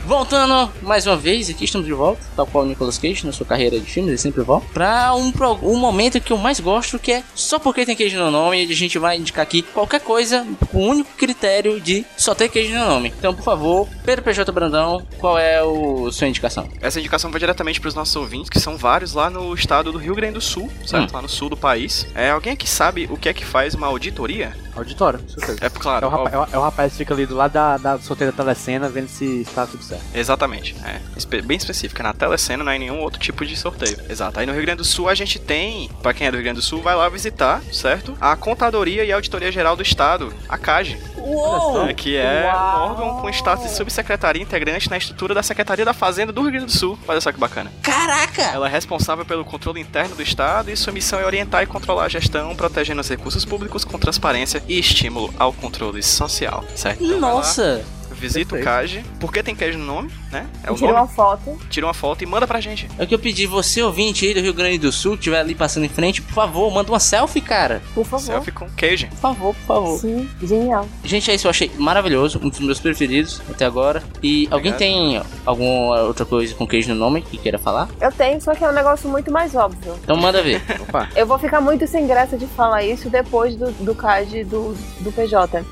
Voltando mais uma vez, aqui estamos de volta, tal qual o Nicolas Cage na sua carreira de filmes, ele sempre volta, pra um, pro- um momento que eu mais gosto, que é só porque tem Cage no nome, e a gente vai indicar aqui qualquer coisa com o único critério de só ter Cage no nome. Então, por favor, Pedro PJ Brandão, qual é o sua indicação?
Essa indicação vai diretamente para os nossos ouvintes, que são vários lá no estado do Rio Grande do Sul, certo?
Hum.
Lá no sul do país. É alguém aqui sabe o que é que faz uma auditoria?
Auditório, com certeza.
É claro.
É o,
ó,
rapaz, é, o, é o rapaz que fica ali do lado da, da solteira telecena vendo se está tudo certo.
Exatamente, é. Espe- Bem específica, na telecena não é nenhum outro tipo de sorteio. Exato. Aí no Rio Grande do Sul a gente tem, pra quem é do Rio Grande do Sul, vai lá visitar, certo? A Contadoria e Auditoria Geral do Estado, a CAGE.
Uou!
Aqui é um
Uau.
órgão com status de subsecretaria integrante na estrutura da Secretaria da Fazenda do Rio Grande do Sul. Olha só que bacana.
Caraca!
Ela é responsável pelo controle interno do Estado e sua missão é orientar e controlar a gestão, protegendo os recursos públicos com transparência e estímulo ao controle social, certo? Então vai lá,
Nossa!
Visita o CAGE. Por que tem CAGE no nome, né? É o
Tira
nome.
uma foto.
Tira uma foto e manda pra gente.
É o que eu pedi, você ouvinte aí do Rio Grande do Sul, que estiver ali passando em frente, por favor, manda uma selfie, cara.
Por favor.
Selfie com CAGE.
Por favor, por favor.
Sim, genial.
Gente, é isso, eu achei maravilhoso, um dos meus preferidos até agora. E alguém tem alguma outra coisa com queijo no nome que queira falar?
Eu tenho, só que é um negócio muito mais óbvio.
Então manda ver.
Opa.
Eu vou ficar muito sem graça de falar isso depois do, do CAD do, do PJ.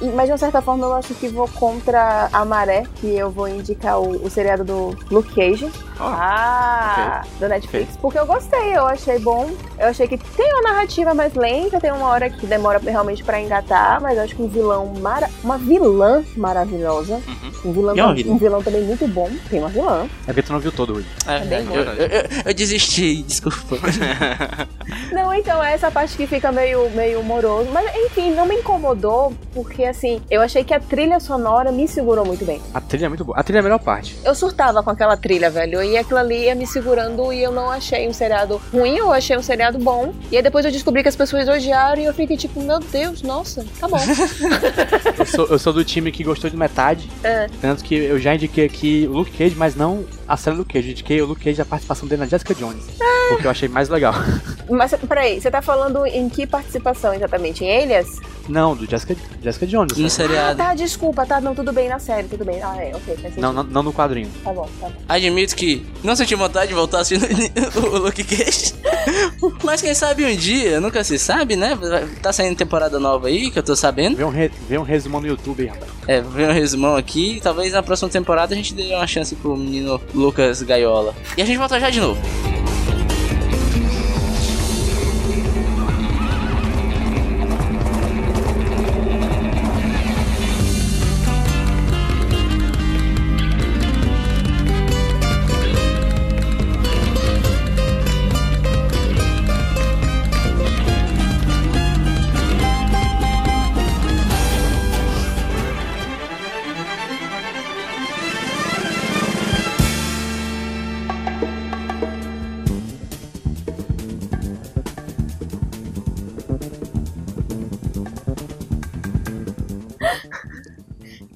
E- Mas de uma certa forma eu acho que vou contra a maré, que eu vou indicar o, o seriado do Luke Cage.
Oh,
Ó,
Ah, do Netflix. Porque eu gostei, eu achei bom. Eu achei que tem uma narrativa mais lenta, tem uma hora que demora realmente pra engatar, mas eu acho que um vilão mara... uma vilã maravilhosa. Um, vilão,
E é uma vilã.
um vilão também muito bom. Tem uma vilã.
É porque tu não viu todo hoje.
É,
bem bom.
eu, eu- eu- eu desisti, desculpa.
Não, então é essa parte que fica meio, meio humoroso. Mas enfim, não me incomodou, porque assim, eu achei que a trilha sonora me segurou muito bem.
A trilha é muito boa. A trilha é a melhor parte.
Eu surtava com aquela trilha, velho. E aquilo ali ia me segurando e eu não achei um seriado ruim, eu achei um seriado bom. E aí depois eu descobri que as pessoas odiaram e eu fiquei tipo, meu Deus, nossa, tá bom.
Eu sou, eu sou do time que gostou de metade.
É.
Tanto que eu já indiquei aqui o Luke Cage, mas não a série Luke Cage. Eu indiquei o Luke Cage a participação dele na Jessica Jones. Porque eu achei mais legal.
Mas peraí, você tá falando em que participação exatamente? Em Elias?
Não, do Jessica, Jessica Jones.
No
né?
Ah,
seriado.
tá, desculpa, tá, não, tudo bem na série, tudo bem. Ah, é, ok, faz sentido.
Não, não, não no quadrinho.
Tá bom, tá bom.
Admito que não senti vontade de voltar assistindo o Luke Cage. Mas quem sabe um dia, nunca se sabe, né? Vai- Tá saindo temporada nova aí, que eu tô sabendo.
Vê um, re- vê um resumão no YouTube aí, rapaz.
É, vou ver um resumão aqui. Talvez na próxima temporada a gente dê uma chance pro menino Lucas Gaiola. E a gente volta já de novo.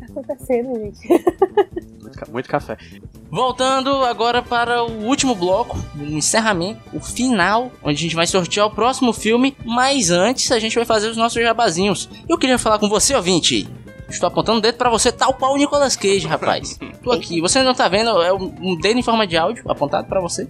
Tá acontecendo, gente.
Muito ca- Muito café.
Voltando agora para o último bloco, o encerramento, o final, onde a gente vai sortear o próximo filme, mas antes a gente vai fazer os nossos jabazinhos. Eu queria falar com você, ouvinte. Estou apontando o dedo pra você, tal qual o Nicolas Cage, rapaz. Tô aqui, você não tá vendo, é um um dedo em forma de áudio apontado pra você.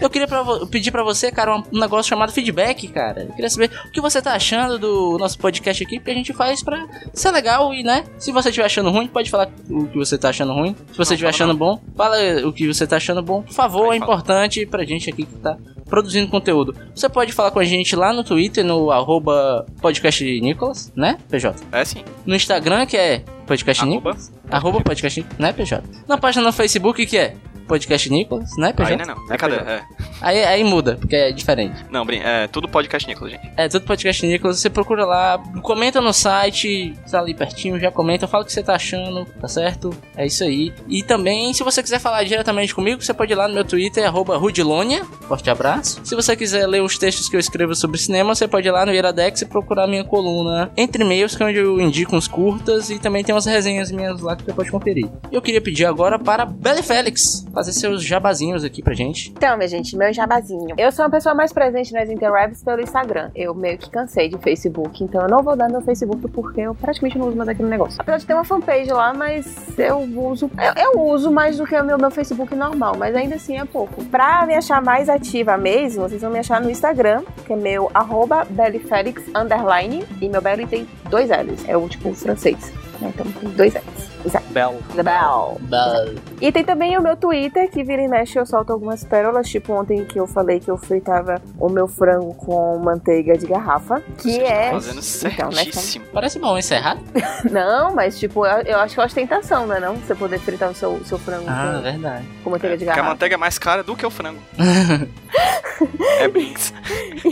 Eu queria pra vo- pedir pra você, cara, um um negócio chamado feedback, cara. Eu queria saber o que você tá achando do nosso podcast aqui, porque a gente faz pra ser legal e, né? Se você estiver achando ruim, pode falar o que você tá achando ruim. Se você estiver achando bom, fala o que você tá achando bom. Por favor,
Vai,
é
fala.
importante pra gente aqui que tá produzindo conteúdo. Você pode falar com a gente lá no Twitter, no arroba podcast Nicolas, né, PJ?
é sim.
No Instagram, que é podcast Nicolas.
Arroba.
Arroba podcast Nicolas, né, PJ? Na página no Facebook, que é podcast Nicolas, né, PJ?
Aí não, é não. Brincadeira.
Aí, aí muda, porque é diferente.
É. Não, brin é tudo podcast Nicolas, gente.
É, tudo podcast Nicolas, você procura lá, comenta no site, tá ali pertinho, já comenta, fala o que você tá achando, tá certo? É isso aí. E também, se você quiser falar diretamente comigo, você pode ir lá no meu Twitter, arroba Rudilonia, forte abraço. Se você quiser ler os textos que eu escrevo sobre cinema, você pode ir lá no Iradex e procurar minha coluna Entre Meios, que é onde eu indico uns curtas e também tem umas resenhas minhas lá que você pode conferir. Eu queria pedir agora para Belle Félix fazer seus jabazinhos aqui pra gente.
Então, minha gente, meu jabazinho. Eu sou uma pessoa mais presente nas interwebs pelo Instagram. Eu meio que cansei de Facebook, então eu não vou dar meu Facebook porque eu praticamente não uso mais aquele negócio. Apesar de ter uma fanpage lá, mas eu uso. Eu, eu uso mais do que o meu, meu Facebook normal, mas ainda assim é pouco. Pra me achar mais ativa mesmo, vocês vão me achar no Instagram, que é meu arroba bellyfelix underline. E meu belly tem dois L's. É o tipo francês. né? Então tem dois L's. Exato.
Belo.
Bell.
Da-
E tem também o meu Twitter, que vira e mexe, eu solto algumas pérolas, tipo ontem que eu falei que eu fritava o meu frango com manteiga de garrafa, que
Vocês
é...
estão tá fazendo
Então, né,
certíssimo.
Parece bom encerrar?
Não, mas tipo, eu, eu acho que é ostentação, né, não? Você poder fritar o seu, seu frango
Ah,
com-
verdade.
com, manteiga
É, Porque
de
a
garrafa.
manteiga é mais cara do que o frango. É Brinks.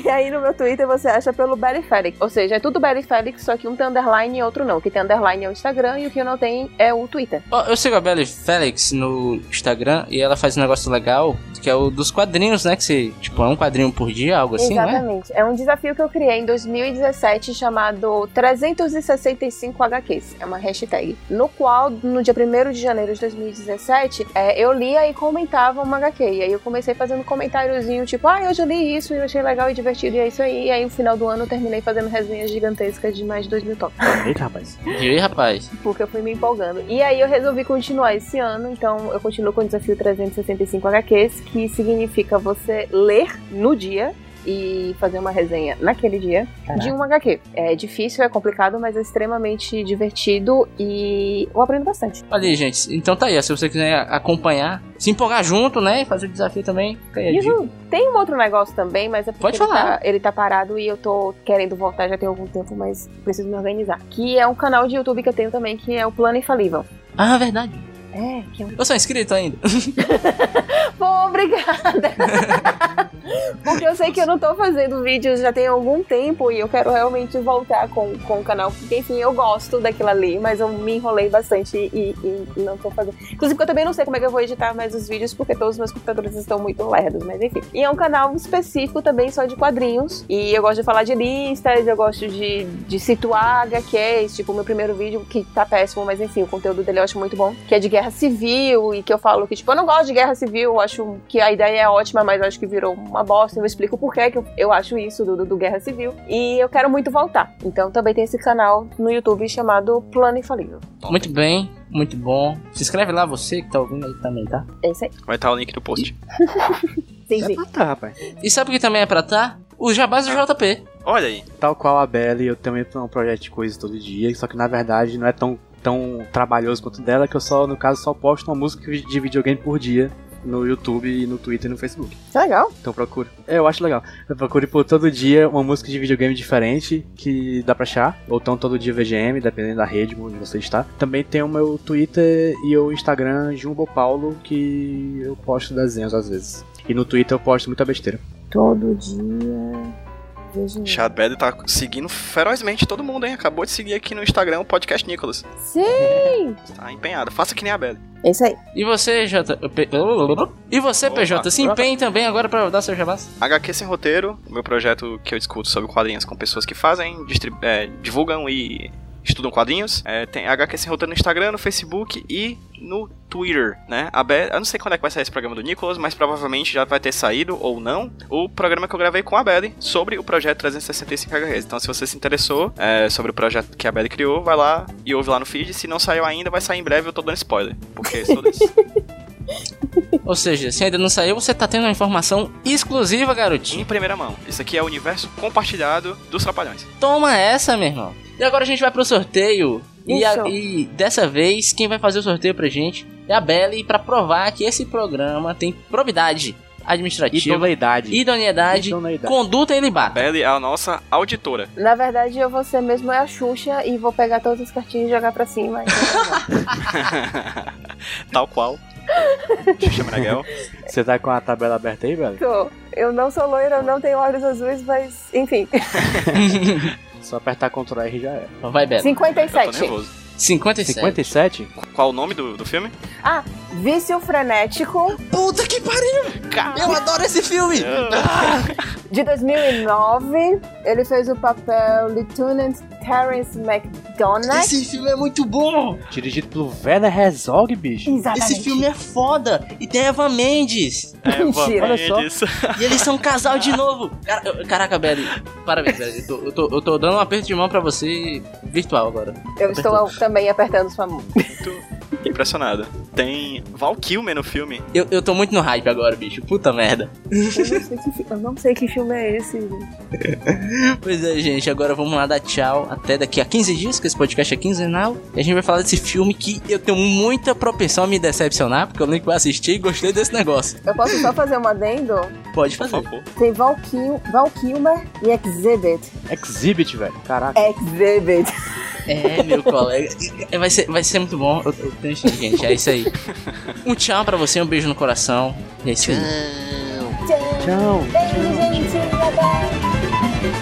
E aí no meu Twitter você acha pelo Belly Felix. Ou seja, é tudo Belly Felix, só que um tem underline e outro não. O que tem underline é o Instagram e o que não tem é o Twitter.
Ó, Eu sigo a Belle Félix no Instagram e ela faz um negócio legal, que é o dos quadrinhos, né? Que você, tipo, é um quadrinho por dia, algo assim, né?
Exatamente. É um desafio que eu criei em 2017 chamado 365 HQs. É uma hashtag. No qual, no dia 1 de janeiro de 2017, é, eu lia e comentava uma HQ. E aí eu comecei fazendo comentáriozinho, tipo, ah, hoje eu li isso e eu achei legal e divertido, e é isso aí. E aí no final do ano eu terminei fazendo resenhas gigantescas de mais de 2 mil toques.
Eita, rapaz.
E aí, rapaz?
porque eu fui me empolgando. E aí eu resolvi continuar esse ano, então eu continuo com o desafio 365 HQs, que significa você ler no dia e fazer uma resenha naquele dia de um HQ. É difícil, é complicado, mas é extremamente divertido e eu aprendo bastante.
Olha aí, gente. Então tá aí, ó, se você quiser acompanhar, se empolgar junto, né? E fazer o desafio também. Tá aí, a
E
dica.
Ju, tem um outro negócio também, mas é porque
Pode
ele,
falar.
Tá, ele tá parado e eu tô querendo voltar já tem algum tempo, mas preciso me organizar. Que é um canal de YouTube que eu tenho também, que é o Plano Infalível.
Ah, verdade.
É, que é um
Eu sou inscrito ainda.
Pô, obrigada. Porque eu sei que eu não tô fazendo vídeos já tem algum tempo e eu quero realmente voltar com, com o canal. Porque, enfim, eu gosto daquilo ali, mas eu me enrolei bastante e, e não tô fazendo. Inclusive, porque eu também não sei como é que eu vou editar mais os vídeos, porque todos os meus computadores estão muito lerdos, mas enfim. E é um canal específico também só de quadrinhos. E eu gosto de falar de listas, eu gosto de, de situar HQs, tipo o meu primeiro vídeo, que tá péssimo, mas enfim, o conteúdo dele eu acho muito bom, que é de guerra civil, e que eu falo que, tipo, eu não gosto de guerra civil, eu acho que a ideia é ótima, mas eu acho que virou uma bosta. Eu explico por que que eu, eu acho isso do, do, do guerra civil. E eu quero muito voltar. Então também tem esse canal no YouTube chamado Plano Infalível.
Muito bem, muito bom. Se inscreve lá, você que tá ouvindo aí também, tá?
É isso aí.
Vai estar o link do post.
Sim,
É
sim.
pra tá, rapaz.
E sabe o que também é pra tá? O jabás do JP.
Olha aí.
Tal qual a Belle, eu também tenho um projeto de coisa todo dia, só que na verdade não é tão, tão trabalhoso quanto dela, que eu só, no caso, só posto uma música de videogame por dia no YouTube, e no Twitter e no Facebook.
Tá legal.
Então procura. É, eu acho legal. Eu procure por todo dia uma música de videogame diferente que dá pra achar. Ou então todo dia VGM, dependendo da rede onde você está. Também tem o meu Twitter e o Instagram Jumbo Paulo, que eu posto desenhos às vezes. E no Twitter eu posto muita besteira.
Todo dia. Vejo.
Chadbed tá seguindo ferozmente todo mundo, hein? Acabou de seguir aqui no Instagram o podcast Nicolas.
Sim!
Tá empenhado. Faça que nem a Belle.
É isso aí.
E você, JP. E você,
Opa.
PJ, se empenhe também agora pra dar seu jabás.
HQ Sem Roteiro, o meu projeto que eu discuto sobre quadrinhos com pessoas que fazem, distribu- é, divulgam e estudam quadrinhos. É, tem HQ Sem Roteiro no Instagram, no Facebook e no Twitter, né? A Be- eu não sei quando é que vai sair esse programa do Nicolas, mas provavelmente já vai ter saído ou não o programa que eu gravei com a Belle sobre o projeto 365 HQs. Então, se você se interessou é, sobre o projeto que a Belle criou, vai lá e ouve lá no feed. Se não saiu ainda, vai sair em breve. Eu tô dando spoiler, porque sou desse.
Ou seja, se ainda não saiu, você tá tendo uma informação exclusiva,
em
garotinho.
primeira mão. Isso aqui é o universo compartilhado dos Trapalhões.
Toma essa, meu irmão. E agora a gente vai pro sorteio. E, a-
Isso.
e dessa vez, quem vai fazer o sorteio pra gente é a Belle pra provar que esse programa tem probidade administrativa,
Idoneidade.
idoneidade,
Idoneidade.
conduta e
A
libata.
Belle é a nossa auditora.
Na verdade, eu vou ser mesmo é a Xuxa e vou pegar todas as cartinhas e jogar pra cima. então tá bom.
Tal qual. Xuxa Meneghel.
Você tá com a tabela aberta aí, Belle?
Tô. Então, Eu não sou loira, eu não tenho olhos azuis, mas enfim.
Só apertar Ctrl R já é.
Então Vai, Belle.
Eu tô
57.
nervoso.
57.
57?
Qual o nome do, do filme?
Vício frenético
Puta que pariu! Eu adoro esse filme!
de 2009. Ele fez o papel Lieutenant Terence McDonagh.
Esse filme é muito bom!
Dirigido pelo Werner Herzog, bicho.
Exatamente.
Esse filme é foda! E tem a Eva Mendes!
Mentira.
Olha só.
É, Mendes.
E eles são um casal de novo! Cara- eu- Caraca, Belly, parabéns, Belly. Eu tô, eu, tô, eu tô dando um aperto de mão pra você virtual agora.
Eu estou também apertando sua mão.
Muito impressionado. Tem Val Kilmer no filme.
Eu, eu tô muito no hype agora, bicho. Puta merda.
Eu não sei que, fi- eu não sei que filme é esse. gente.
Pois é, gente, agora vamos lá dar tchau até daqui a 15 dias, que esse podcast é quinzenal. E a gente vai falar desse filme que eu tenho muita propensão a me decepcionar, porque eu lembro que eu assisti e gostei desse negócio.
Eu posso só fazer um adendo?
Pode
Por
fazer.
favor.
Tem Val, Kil Val Kilmer e Exhibit.
Exhibit, velho. Caraca.
Exhibit.
É, meu colega. É, Vai ser, vai ser muito bom. Eu, eu tenho isso, gente. É isso aí. Um tchau pra você, um beijo no coração. E é isso aí.
Tchau.
Tchau.
Beijo, gente. Até.